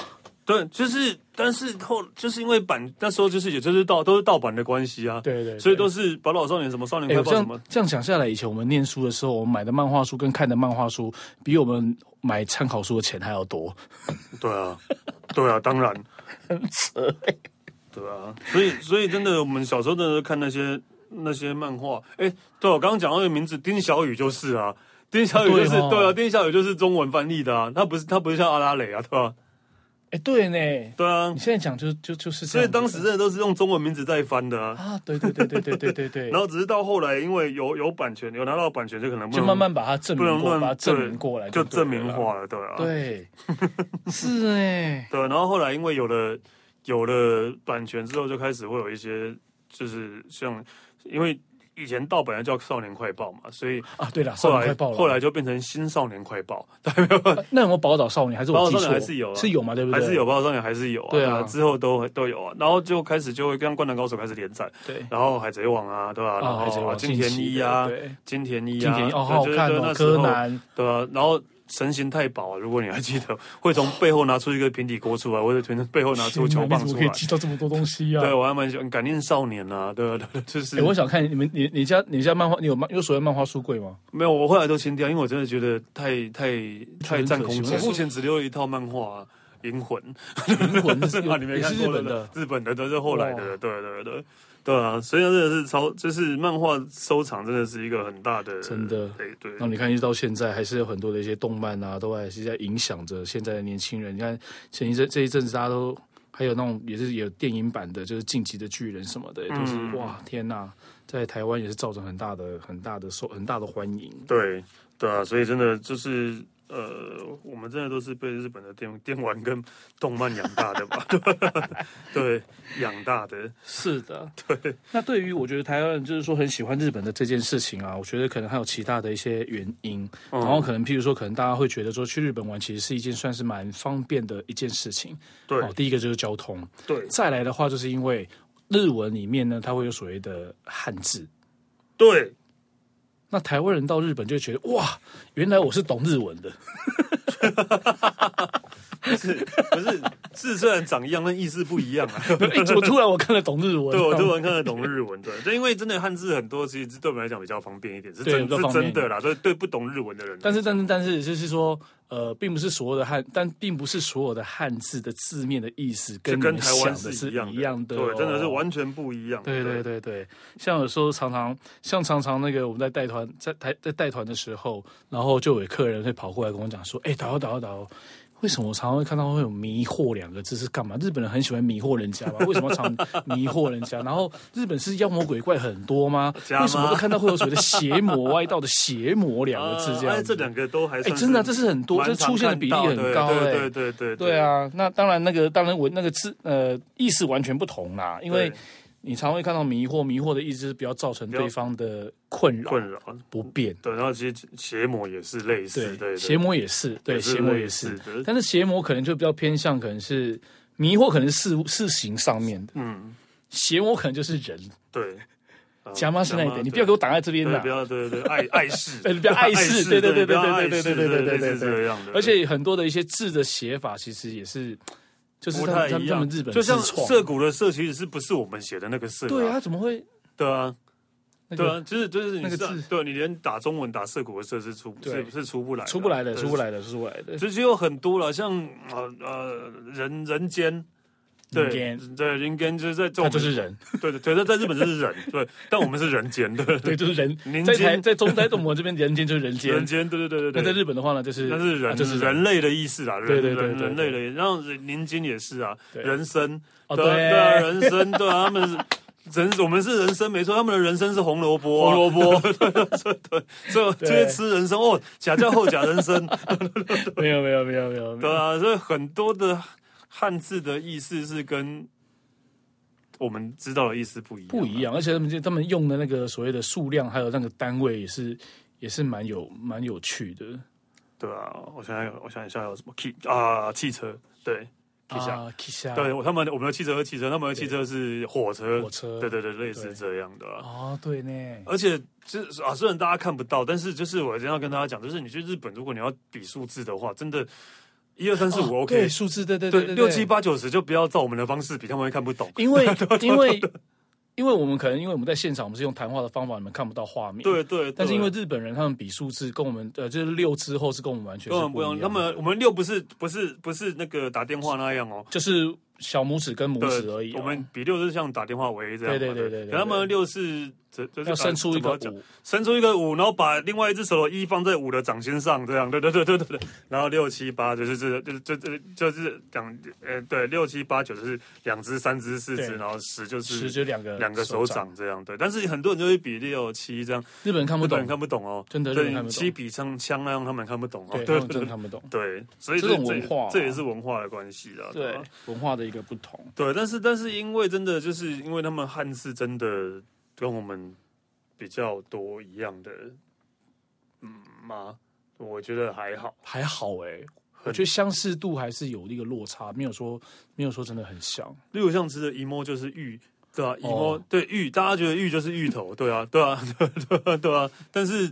[SPEAKER 1] 对，就是，但是后就是因为版那时候就是也就是盗都是盗版的关系啊，
[SPEAKER 2] 对对对
[SPEAKER 1] 所以都是宝岛少年什么少年快
[SPEAKER 2] 哎，我
[SPEAKER 1] 报
[SPEAKER 2] 这
[SPEAKER 1] 什么
[SPEAKER 2] 样，这样讲下来，以前我们念书的时候，我们买的漫画书跟看的漫画书，比我们买参考书的钱还要多。
[SPEAKER 1] 对啊，对啊，当然，
[SPEAKER 2] 欸
[SPEAKER 1] 对啊，所以所以真的，我们小时候真的看那些那些漫画，哎，对我刚刚讲到那个名字丁小雨就是啊。丁小雨就是
[SPEAKER 2] 对哦
[SPEAKER 1] 对啊，丁小雨就是中文翻译的啊，他不是他不是像阿拉蕾啊，对吧？
[SPEAKER 2] 哎、哎，对呢，
[SPEAKER 1] 对啊
[SPEAKER 2] 你，现在讲就就就是这
[SPEAKER 1] 所以
[SPEAKER 2] 样子的，
[SPEAKER 1] 当时真的都是用中文名字在翻的啊。
[SPEAKER 2] 啊，对对对对对对对对，
[SPEAKER 1] [LAUGHS] 然后只是到后来，因为有有版权，有拿到版权，就可能不
[SPEAKER 2] 就
[SPEAKER 1] 能
[SPEAKER 2] 慢慢把它证
[SPEAKER 1] 不
[SPEAKER 2] 明
[SPEAKER 1] 能
[SPEAKER 2] 过，
[SPEAKER 1] 乱
[SPEAKER 2] 把它证明
[SPEAKER 1] 对
[SPEAKER 2] 过来
[SPEAKER 1] 就
[SPEAKER 2] 对了
[SPEAKER 1] 证明化了，对啊， [LAUGHS]
[SPEAKER 2] 对，是哎、
[SPEAKER 1] 对。然后后来因为有了有了版权之后，就开始会有一些就是像，因为以前盗版的叫《少年快报》嘛，所以
[SPEAKER 2] 啊，对了，
[SPEAKER 1] 后
[SPEAKER 2] 少年
[SPEAKER 1] 来
[SPEAKER 2] 快报了。
[SPEAKER 1] 后来就变成《新少年快报》
[SPEAKER 2] 啊那有没有宝岛少年？还是
[SPEAKER 1] 宝
[SPEAKER 2] 我
[SPEAKER 1] 岛
[SPEAKER 2] 记
[SPEAKER 1] 少
[SPEAKER 2] 错？
[SPEAKER 1] 年还是有啊
[SPEAKER 2] 是有嘛？对不对？
[SPEAKER 1] 还是有报少年还是有啊，
[SPEAKER 2] 对啊
[SPEAKER 1] 之后都都有啊，然后就开始就会跟《灌篮高手》开始连载，
[SPEAKER 2] 对。
[SPEAKER 1] 然后《海贼王》啊，对吧、然后《海贼王》金田一啊，
[SPEAKER 2] 近期的对
[SPEAKER 1] 金田一
[SPEAKER 2] 金
[SPEAKER 1] 啊，
[SPEAKER 2] 田一哦，
[SPEAKER 1] 对
[SPEAKER 2] 好好
[SPEAKER 1] 就是
[SPEAKER 2] 看
[SPEAKER 1] 就是
[SPEAKER 2] 哦，
[SPEAKER 1] 那时
[SPEAKER 2] 柯
[SPEAKER 1] 候
[SPEAKER 2] 南
[SPEAKER 1] 对啊，然后神行太保，啊如果你还记得，会从背后拿出一个平底锅出来，或者从背后拿出球
[SPEAKER 2] 天哪
[SPEAKER 1] 棒
[SPEAKER 2] 你怎
[SPEAKER 1] 出
[SPEAKER 2] 么可以
[SPEAKER 1] 来。
[SPEAKER 2] 记到这么多东西啊？
[SPEAKER 1] 对，我还蛮喜欢《感念少年》啊，对啊，对啊就是、
[SPEAKER 2] 哎我想看你们，你你家你家漫画，你有漫有所谓漫画书柜吗？
[SPEAKER 1] 没有，我后来都清掉，因为我真的觉得太太太占空
[SPEAKER 2] 可惜
[SPEAKER 1] 间。
[SPEAKER 2] 我
[SPEAKER 1] 我目前只留了一套漫画、啊。银魂，
[SPEAKER 2] 灵魂
[SPEAKER 1] [LAUGHS]
[SPEAKER 2] 是
[SPEAKER 1] 啊，你没
[SPEAKER 2] 也
[SPEAKER 1] 看
[SPEAKER 2] 是日
[SPEAKER 1] 过
[SPEAKER 2] 本
[SPEAKER 1] 的
[SPEAKER 2] 的，，
[SPEAKER 1] 日本的都是后来
[SPEAKER 2] 哇
[SPEAKER 1] 的，对对对对啊，所以真的是超，就是漫画收藏真的是一个很大的，
[SPEAKER 2] 真的
[SPEAKER 1] 对对，
[SPEAKER 2] 那你看，一直到现在，还是有很多的一些动漫啊，都还是在影响着现在的年轻人。你看前一阵这一阵子，大家都还有那种也是有电影版的，就是《晋级的巨人》什么的，都是、
[SPEAKER 1] 嗯
[SPEAKER 2] 哇天呐，在台湾也是造成很大的、很大的受、很大的欢迎。
[SPEAKER 1] 对对啊，所以真的就是呃，我们真的都是被日本的电电玩跟动漫养大的吧？ [LAUGHS] 对，养大的，
[SPEAKER 2] 是
[SPEAKER 1] [LAUGHS]
[SPEAKER 2] 的，对。那对于我觉得台湾人就是说很喜欢日本的这件事情啊，我觉得可能还有其他的一些原因。
[SPEAKER 1] 嗯
[SPEAKER 2] 然后可能譬如说，可能大家会觉得说去日本玩其实是一件算是蛮方便的一件事情。
[SPEAKER 1] 对
[SPEAKER 2] 哦，第一个就是交通，
[SPEAKER 1] 对
[SPEAKER 2] 再来的话就是因为日文里面呢，它会有所谓的汉字。
[SPEAKER 1] 对，
[SPEAKER 2] 那台湾人到日本就会觉得哇，原来我是懂日文的， [LAUGHS]
[SPEAKER 1] 不是不是字虽然长一样，但意思不一样啊。 [LAUGHS]
[SPEAKER 2] 哎、我突然我看得懂日文，
[SPEAKER 1] 对，我突然看得懂日文，对，就因为真的汉字很多，其实对我们来讲比较方便一点，是
[SPEAKER 2] 对
[SPEAKER 1] 真
[SPEAKER 2] 比较
[SPEAKER 1] 是
[SPEAKER 2] 方便
[SPEAKER 1] 真的啦。所以对不懂日文的人，
[SPEAKER 2] 但是但是但是就是说，呃，并不是所有的汉，但并不是所有的汉字的字面的意思
[SPEAKER 1] 就
[SPEAKER 2] 跟
[SPEAKER 1] 跟
[SPEAKER 2] 你
[SPEAKER 1] 台
[SPEAKER 2] 想
[SPEAKER 1] 湾
[SPEAKER 2] 的
[SPEAKER 1] 是
[SPEAKER 2] 是
[SPEAKER 1] 一样的，
[SPEAKER 2] 一样的哦、
[SPEAKER 1] 对，真的是完全不一样。
[SPEAKER 2] 对对对对，像有时候常常，像常常那个我们在带团，在台在带团的时候，然后就有客人会跑过来跟我讲说：“哎、导游导游导游，为什么我常常会看到会有迷惑两个字是干嘛？日本人很喜欢迷惑人家嘛，为什么常迷惑人家？然后日本是妖魔鬼怪很多吗？
[SPEAKER 1] 加吗
[SPEAKER 2] 为什么会看到会有所谓的邪魔歪道的邪魔两个字这
[SPEAKER 1] 啊哎
[SPEAKER 2] 样
[SPEAKER 1] 这
[SPEAKER 2] 子？”
[SPEAKER 1] 两个都还
[SPEAKER 2] 哎、
[SPEAKER 1] 算
[SPEAKER 2] 真的啊、这是很多，这
[SPEAKER 1] 蛮常
[SPEAKER 2] 出现的比例很高、
[SPEAKER 1] 看到的
[SPEAKER 2] 哎。
[SPEAKER 1] 对对对对
[SPEAKER 2] 对啊，那当然那个当然文那个字呃意思完全不同啦，因为
[SPEAKER 1] 对
[SPEAKER 2] 你常会看到迷惑，迷惑的意思是不要造成对方的困扰、
[SPEAKER 1] 困扰。
[SPEAKER 2] 不便。
[SPEAKER 1] 对，然后其实邪魔也是类似，对，对
[SPEAKER 2] 邪魔也是，对，邪魔也是，
[SPEAKER 1] 对
[SPEAKER 2] 但是邪魔可能就比较偏向，可能是迷惑，可能是事事情上面的，
[SPEAKER 1] 嗯，
[SPEAKER 2] 邪魔可能就是人。
[SPEAKER 1] 对。
[SPEAKER 2] 假妈是那一
[SPEAKER 1] 对
[SPEAKER 2] 点，你不要给我挡在这边
[SPEAKER 1] 对，
[SPEAKER 2] 啦
[SPEAKER 1] 不。要对对对爱爱事，
[SPEAKER 2] [LAUGHS] 对你不要碍事对对对
[SPEAKER 1] 不要
[SPEAKER 2] 对
[SPEAKER 1] 碍
[SPEAKER 2] 对
[SPEAKER 1] 事
[SPEAKER 2] 对对对对对
[SPEAKER 1] 类
[SPEAKER 2] 对
[SPEAKER 1] 似
[SPEAKER 2] 对对
[SPEAKER 1] 这样的，
[SPEAKER 2] 而且很多的一些字的写法，其实也是，就是
[SPEAKER 1] 不
[SPEAKER 2] 他
[SPEAKER 1] 太
[SPEAKER 2] 们他
[SPEAKER 1] 一
[SPEAKER 2] 们他
[SPEAKER 1] 样
[SPEAKER 2] 们日。本
[SPEAKER 1] 就像
[SPEAKER 2] 自创
[SPEAKER 1] 涩谷的社，其实是不是我们写的那个社？
[SPEAKER 2] 对啊，，怎么会
[SPEAKER 1] 对啊，
[SPEAKER 2] 那
[SPEAKER 1] 对
[SPEAKER 2] 个
[SPEAKER 1] 啊，就是就是你
[SPEAKER 2] 那个
[SPEAKER 1] 知道
[SPEAKER 2] 字，
[SPEAKER 1] 对你连打中文打涩谷的社是出
[SPEAKER 2] 对
[SPEAKER 1] 是是出不来，
[SPEAKER 2] 出不来的，出不
[SPEAKER 1] 来。
[SPEAKER 2] 来的，出不来的？
[SPEAKER 1] 其实有很多了，像呃呃人人间，对
[SPEAKER 2] 人
[SPEAKER 1] 对人间就是在这
[SPEAKER 2] 他
[SPEAKER 1] 种
[SPEAKER 2] 就是人，
[SPEAKER 1] 对对对，在在日本就是人，对，但我们是人间的，
[SPEAKER 2] 对，就是人
[SPEAKER 1] 民。
[SPEAKER 2] 在
[SPEAKER 1] 间
[SPEAKER 2] 台在中在我们这边，人间就是人间
[SPEAKER 1] 人。间，对对对
[SPEAKER 2] 那
[SPEAKER 1] 对
[SPEAKER 2] 在
[SPEAKER 1] 对。
[SPEAKER 2] 日本的话呢，就是
[SPEAKER 1] 那是
[SPEAKER 2] 啊
[SPEAKER 1] 人，
[SPEAKER 2] 就是
[SPEAKER 1] 人类的意思啊啦，人
[SPEAKER 2] 对对对
[SPEAKER 1] 人
[SPEAKER 2] 对
[SPEAKER 1] 人
[SPEAKER 2] 对
[SPEAKER 1] 类的意思，然后人民间也是啊，
[SPEAKER 2] 对
[SPEAKER 1] 人参，啊
[SPEAKER 2] 哦
[SPEAKER 1] 对啊，
[SPEAKER 2] 对，
[SPEAKER 1] 人参，对啊，他们是人，我们是人参没错，他们的人参是红萝卜啊，
[SPEAKER 2] 胡
[SPEAKER 1] [LAUGHS]
[SPEAKER 2] 萝卜
[SPEAKER 1] 所以就
[SPEAKER 2] 对
[SPEAKER 1] 是吃人参哦，假叫后假人参，
[SPEAKER 2] 没有没有没有没有没
[SPEAKER 1] 对
[SPEAKER 2] 有，
[SPEAKER 1] 啊，所以很多的汉字的意思是跟我们知道的意思不一样，啊
[SPEAKER 2] 不一。样。而且他们就他们用的那个所谓的数量，还有那个单位也是也是蛮有蛮有趣的。
[SPEAKER 1] 对啊，我想想有，我想一下有什么 key 啊，汽车，对，key 下、
[SPEAKER 2] 啊，Kisha，
[SPEAKER 1] 对，他们我们的汽车和汽车，他们的汽车是火车，
[SPEAKER 2] 火车
[SPEAKER 1] 对对对，类似
[SPEAKER 2] 对
[SPEAKER 1] 这样的、啊。
[SPEAKER 2] 哦，对呢，
[SPEAKER 1] 而且就是啊，虽然大家看不到，但是就是我今天要跟大家讲，就是你去日本，如果你要比数字的话，真的，一二三四五
[SPEAKER 2] 哦
[SPEAKER 1] OK，、
[SPEAKER 2] 对数字，对对
[SPEAKER 1] 对
[SPEAKER 2] 对，
[SPEAKER 1] 六七，八九十就不要照我们的方式比，他们会看不懂。
[SPEAKER 2] 因为因为 [LAUGHS] 因为我们可能因为我们在现场，我们是用谈话的方法，你们看不到画面。
[SPEAKER 1] 对对，对
[SPEAKER 2] 但是因为日本人他们比数字跟我们呃就是六之后是跟我们完全
[SPEAKER 1] 根
[SPEAKER 2] 是
[SPEAKER 1] 本
[SPEAKER 2] 不
[SPEAKER 1] 不
[SPEAKER 2] 一
[SPEAKER 1] 用，
[SPEAKER 2] 样
[SPEAKER 1] 他
[SPEAKER 2] 的，
[SPEAKER 1] 们我们六不是不是不是那个打电话那样哦。
[SPEAKER 2] 就是小拇指跟拇指而已哦、
[SPEAKER 1] 我们比六是像打电话为这样嘛，
[SPEAKER 2] 对对对对对
[SPEAKER 1] 可他们六是这这
[SPEAKER 2] 要伸出一个
[SPEAKER 1] 怎么讲
[SPEAKER 2] 五，
[SPEAKER 1] 伸出一个五，然后把另外一只手的一放在五的掌心上，这样，对对对对对对，然后六七八就是这就是这这就是两呃对六七八九就是两只三只四只，
[SPEAKER 2] 对
[SPEAKER 1] 然后十就
[SPEAKER 2] 十
[SPEAKER 1] 是
[SPEAKER 2] 就两个
[SPEAKER 1] 两个手
[SPEAKER 2] 掌，
[SPEAKER 1] 掌这样，对，但是很多人就会比六七这样，
[SPEAKER 2] 日本人看不
[SPEAKER 1] 日本
[SPEAKER 2] 懂
[SPEAKER 1] 人，看不懂哦，
[SPEAKER 2] 真的日本人看
[SPEAKER 1] 对
[SPEAKER 2] 不懂
[SPEAKER 1] 七比上枪那样他们看不懂哦，
[SPEAKER 2] 对他们真的看不懂，
[SPEAKER 1] [LAUGHS] 对，所以
[SPEAKER 2] 这种文
[SPEAKER 1] 也
[SPEAKER 2] 化啊
[SPEAKER 1] 这也是文化的关系啦，
[SPEAKER 2] 对
[SPEAKER 1] 吧
[SPEAKER 2] 文化的一个不同，
[SPEAKER 1] 对，但是但是因为真的就是因为他们汉字真的跟我们比较多一样的，嗯吗？我觉得还好，欸
[SPEAKER 2] 还好哎、我觉得相似度还是有一个落差，没有说没有说真的很像。
[SPEAKER 1] 例如像吃的 emo 就是芋，对
[SPEAKER 2] 哦
[SPEAKER 1] 啊，emo、对芋，大家觉得芋就是芋头，对啊，对啊， [LAUGHS] 对啊对啊，对啊，但是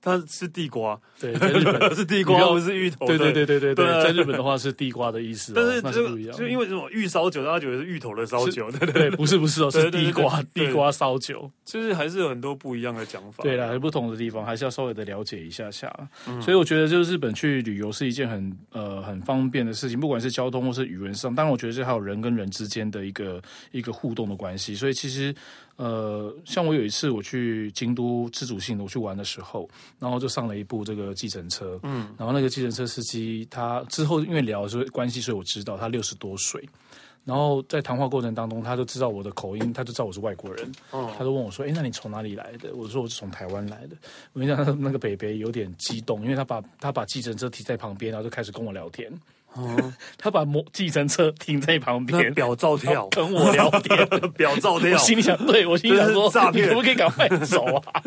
[SPEAKER 1] 它是地瓜， [LAUGHS]
[SPEAKER 2] 对，在哎日本，
[SPEAKER 1] 是地
[SPEAKER 2] 你不
[SPEAKER 1] 瓜，
[SPEAKER 2] 要
[SPEAKER 1] 不是芋头，
[SPEAKER 2] 对对对对对对，
[SPEAKER 1] 哦对啊
[SPEAKER 2] 在日本的话是地瓜的意思、哦，
[SPEAKER 1] 但是
[SPEAKER 2] 那是
[SPEAKER 1] 就
[SPEAKER 2] 不一样。
[SPEAKER 1] 就因为这种芋烧酒，大家觉得是芋头的烧
[SPEAKER 2] 是
[SPEAKER 1] 酒，对对对，
[SPEAKER 2] 对，不是不是哦，
[SPEAKER 1] 对
[SPEAKER 2] 是
[SPEAKER 1] 对对
[SPEAKER 2] 地瓜
[SPEAKER 1] 对
[SPEAKER 2] 地瓜烧酒。
[SPEAKER 1] 就是还是有很多不一样的讲法。
[SPEAKER 2] 对啦，有不同的地方还是要稍微的了解一下下啦。所以我觉得就是日本去旅游是一件很呃很方便的事情，不管是交通或是语文上，当然我觉得这还有人跟人之间的一个一个互动的关系。所以其实呃，像我有一次我去京都自主性的我去玩的时候，然后就上了一部这个计程车，嗯，然后那个计程车司机他之后因为聊的时候关系，所以我知道他六十多岁。然后在谈话过程当中，他就知道我的口音，他就知道我是外国人，他就问我说：“哎，那你从哪里来的？”我说：“我是从台湾来的。”我跟你讲，他那个北北有点激动，因为他把他把计程车停在旁边，然后就开始跟我聊天。 [LAUGHS] 他把摩计程车停在旁
[SPEAKER 1] 那
[SPEAKER 2] 边，
[SPEAKER 1] 表照跳，
[SPEAKER 2] [LAUGHS] 跟我聊天。
[SPEAKER 1] [LAUGHS] 表照跳
[SPEAKER 2] 我，心里想，对我心里想说，
[SPEAKER 1] 这是诈骗
[SPEAKER 2] 你可不可以赶快走
[SPEAKER 1] [LAUGHS]
[SPEAKER 2] 啊？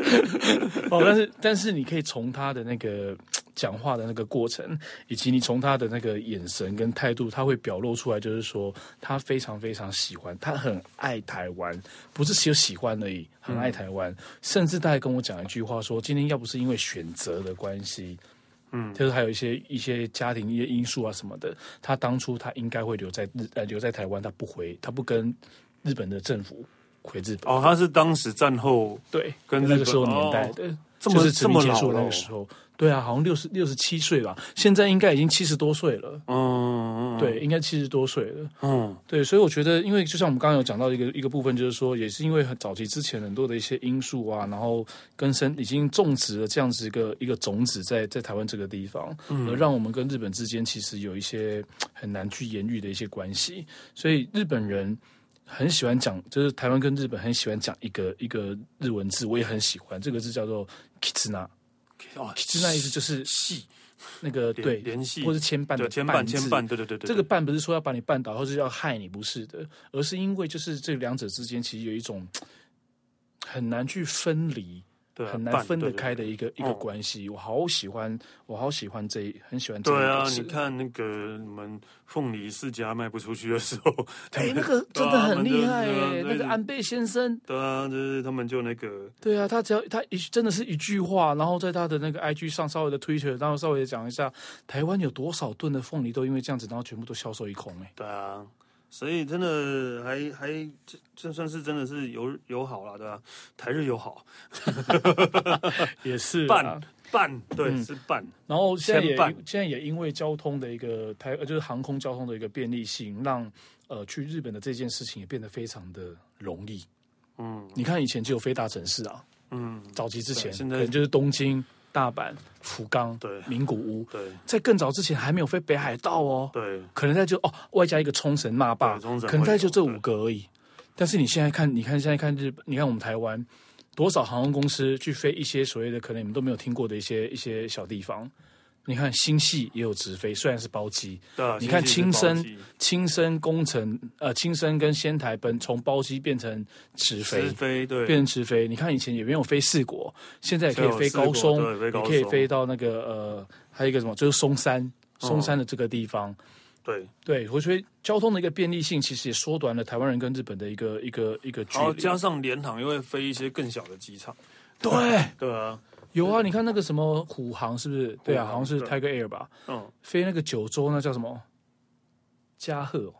[SPEAKER 2] 哦，但是但是你可以从他的那个讲话的那个过程，以及你从他的那个眼神跟态度，他会表露出来，就是说他非常非常喜欢，他很爱台湾，不是只有喜欢而已，很爱台湾。甚至他还跟我讲一句话说，今天要不是因为选择的关系。嗯，就是还有一些一些家庭一些因素啊什么的，他当初他应该会留在日呃留在台湾，他不回，他不跟日本的政府回日本。
[SPEAKER 1] 哦，他是当时战后
[SPEAKER 2] 对，
[SPEAKER 1] 跟
[SPEAKER 2] 那
[SPEAKER 1] 日
[SPEAKER 2] 个时候
[SPEAKER 1] 本
[SPEAKER 2] 年代
[SPEAKER 1] 哦
[SPEAKER 2] 的，
[SPEAKER 1] 这
[SPEAKER 2] 就
[SPEAKER 1] 么
[SPEAKER 2] 是殖
[SPEAKER 1] 这
[SPEAKER 2] 民
[SPEAKER 1] 么
[SPEAKER 2] 结
[SPEAKER 1] 老
[SPEAKER 2] 束的那
[SPEAKER 1] 了
[SPEAKER 2] 个，时候，对啊，好像六十六十七岁吧，现在应该已经七十多岁了，
[SPEAKER 1] 嗯，嗯，
[SPEAKER 2] 对，应该七十多岁了，
[SPEAKER 1] 嗯
[SPEAKER 2] 对，所以我觉得，因为就像我们刚刚有讲到一个一个部分，就是说，也是因为很早期之前很多的一些因素啊，然后根深已经种植了这样子一个一个种子在在台湾这个地方，
[SPEAKER 1] 嗯
[SPEAKER 2] 而让我们跟日本之间其实有一些很难去言喻的一些关系，所以日本人。很喜欢讲，就是台湾跟日本很喜欢讲一个一个日文字，我也很喜欢，这个字叫做 kitsuna。
[SPEAKER 1] 哦，
[SPEAKER 2] kitsuna 意思就是
[SPEAKER 1] 系
[SPEAKER 2] 那个
[SPEAKER 1] 联
[SPEAKER 2] 对
[SPEAKER 1] 联系
[SPEAKER 2] 或是牵绊的
[SPEAKER 1] 对牵绊
[SPEAKER 2] 字
[SPEAKER 1] 牵绊，对对对对，
[SPEAKER 2] 这个绊不是说要把你绊倒，或是要害你，不是的，而是因为就是这两者之间其实有一种嘖很难去分离、
[SPEAKER 1] 对啊
[SPEAKER 2] 很
[SPEAKER 1] 绊
[SPEAKER 2] 难分得
[SPEAKER 1] 对对
[SPEAKER 2] 开的一个一个
[SPEAKER 1] 哦
[SPEAKER 2] 关系。我好喜欢，我好喜欢这一，很喜欢这一
[SPEAKER 1] 对
[SPEAKER 2] 个
[SPEAKER 1] 啊，
[SPEAKER 2] 事
[SPEAKER 1] 你。看那个你们凤梨世家卖不出去的时候，
[SPEAKER 2] [LAUGHS]
[SPEAKER 1] [LAUGHS]
[SPEAKER 2] 哎，那个
[SPEAKER 1] 对
[SPEAKER 2] 真
[SPEAKER 1] 啊
[SPEAKER 2] 的很厉害
[SPEAKER 1] 他们
[SPEAKER 2] 哎，
[SPEAKER 1] 就
[SPEAKER 2] 那个安倍先生，
[SPEAKER 1] 对啊，就是他们就那个
[SPEAKER 2] 对啊，他只要他一真的是一句话，然后在他的那个 IG 上稍微的推特，然后稍微的讲一下，台湾有多少吨的凤梨都因为这样子，然后全部都销售一空哎。
[SPEAKER 1] 对啊。所以真的还还这这算是真的是友友好啦，对吧、台日友好，
[SPEAKER 2] 也是
[SPEAKER 1] 办半对、
[SPEAKER 2] 嗯
[SPEAKER 1] 是半，
[SPEAKER 2] 然后现在也
[SPEAKER 1] 牵绊
[SPEAKER 2] 现在也因为交通的一个台，呃，就是航空交通的一个便利性，让呃去日本的这件事情也变得非常的容易。
[SPEAKER 1] 嗯
[SPEAKER 2] 你看以前只有飞大城市啊，
[SPEAKER 1] 嗯，
[SPEAKER 2] 早期之前
[SPEAKER 1] 对现在
[SPEAKER 2] 可能就是东京、大阪、福冈、
[SPEAKER 1] 对
[SPEAKER 2] 名古屋，
[SPEAKER 1] 对
[SPEAKER 2] 在更早之前还没有飞北海道哦，
[SPEAKER 1] 对
[SPEAKER 2] 可能在就哦外加一个冲绳那霸，
[SPEAKER 1] 对冲绳
[SPEAKER 2] 可能在
[SPEAKER 1] 会
[SPEAKER 2] 就
[SPEAKER 1] 有
[SPEAKER 2] 这五
[SPEAKER 1] 对
[SPEAKER 2] 个而已。但是你现在看，你看现在看日本，你看我们台湾多少航空公司去飞一些所谓的可能你们都没有听过的一些一些小地方。你看新系也有直飞，虽然是包机，
[SPEAKER 1] 对啊，
[SPEAKER 2] 你看
[SPEAKER 1] 星
[SPEAKER 2] 亲
[SPEAKER 1] 际是包
[SPEAKER 2] 生
[SPEAKER 1] 机
[SPEAKER 2] 轻生工程呃轻生跟仙台奔从包机变成直飞
[SPEAKER 1] 直，飞对
[SPEAKER 2] 变成直飞。你看以前也没有飞四国，现在也可以飞高松，
[SPEAKER 1] 对飞高松
[SPEAKER 2] 也
[SPEAKER 1] 嗯
[SPEAKER 2] 可以飞到那个呃还有一个什么就是松山，松山的这个地方。
[SPEAKER 1] 对，
[SPEAKER 2] 对，我觉得交通的一个便利性，其实也缩短了台湾人跟日本的一个一个一个距
[SPEAKER 1] 然后
[SPEAKER 2] 离。
[SPEAKER 1] 加上联航又会飞一些更小的机场，
[SPEAKER 2] 对，
[SPEAKER 1] 对啊，
[SPEAKER 2] 有啊，你看那个什么虎航是不是？对啊，
[SPEAKER 1] 虎
[SPEAKER 2] 好
[SPEAKER 1] 航
[SPEAKER 2] 像是
[SPEAKER 1] 对
[SPEAKER 2] Tiger Air 吧，
[SPEAKER 1] 嗯，
[SPEAKER 2] 飞那个九州那叫什么？加贺哦，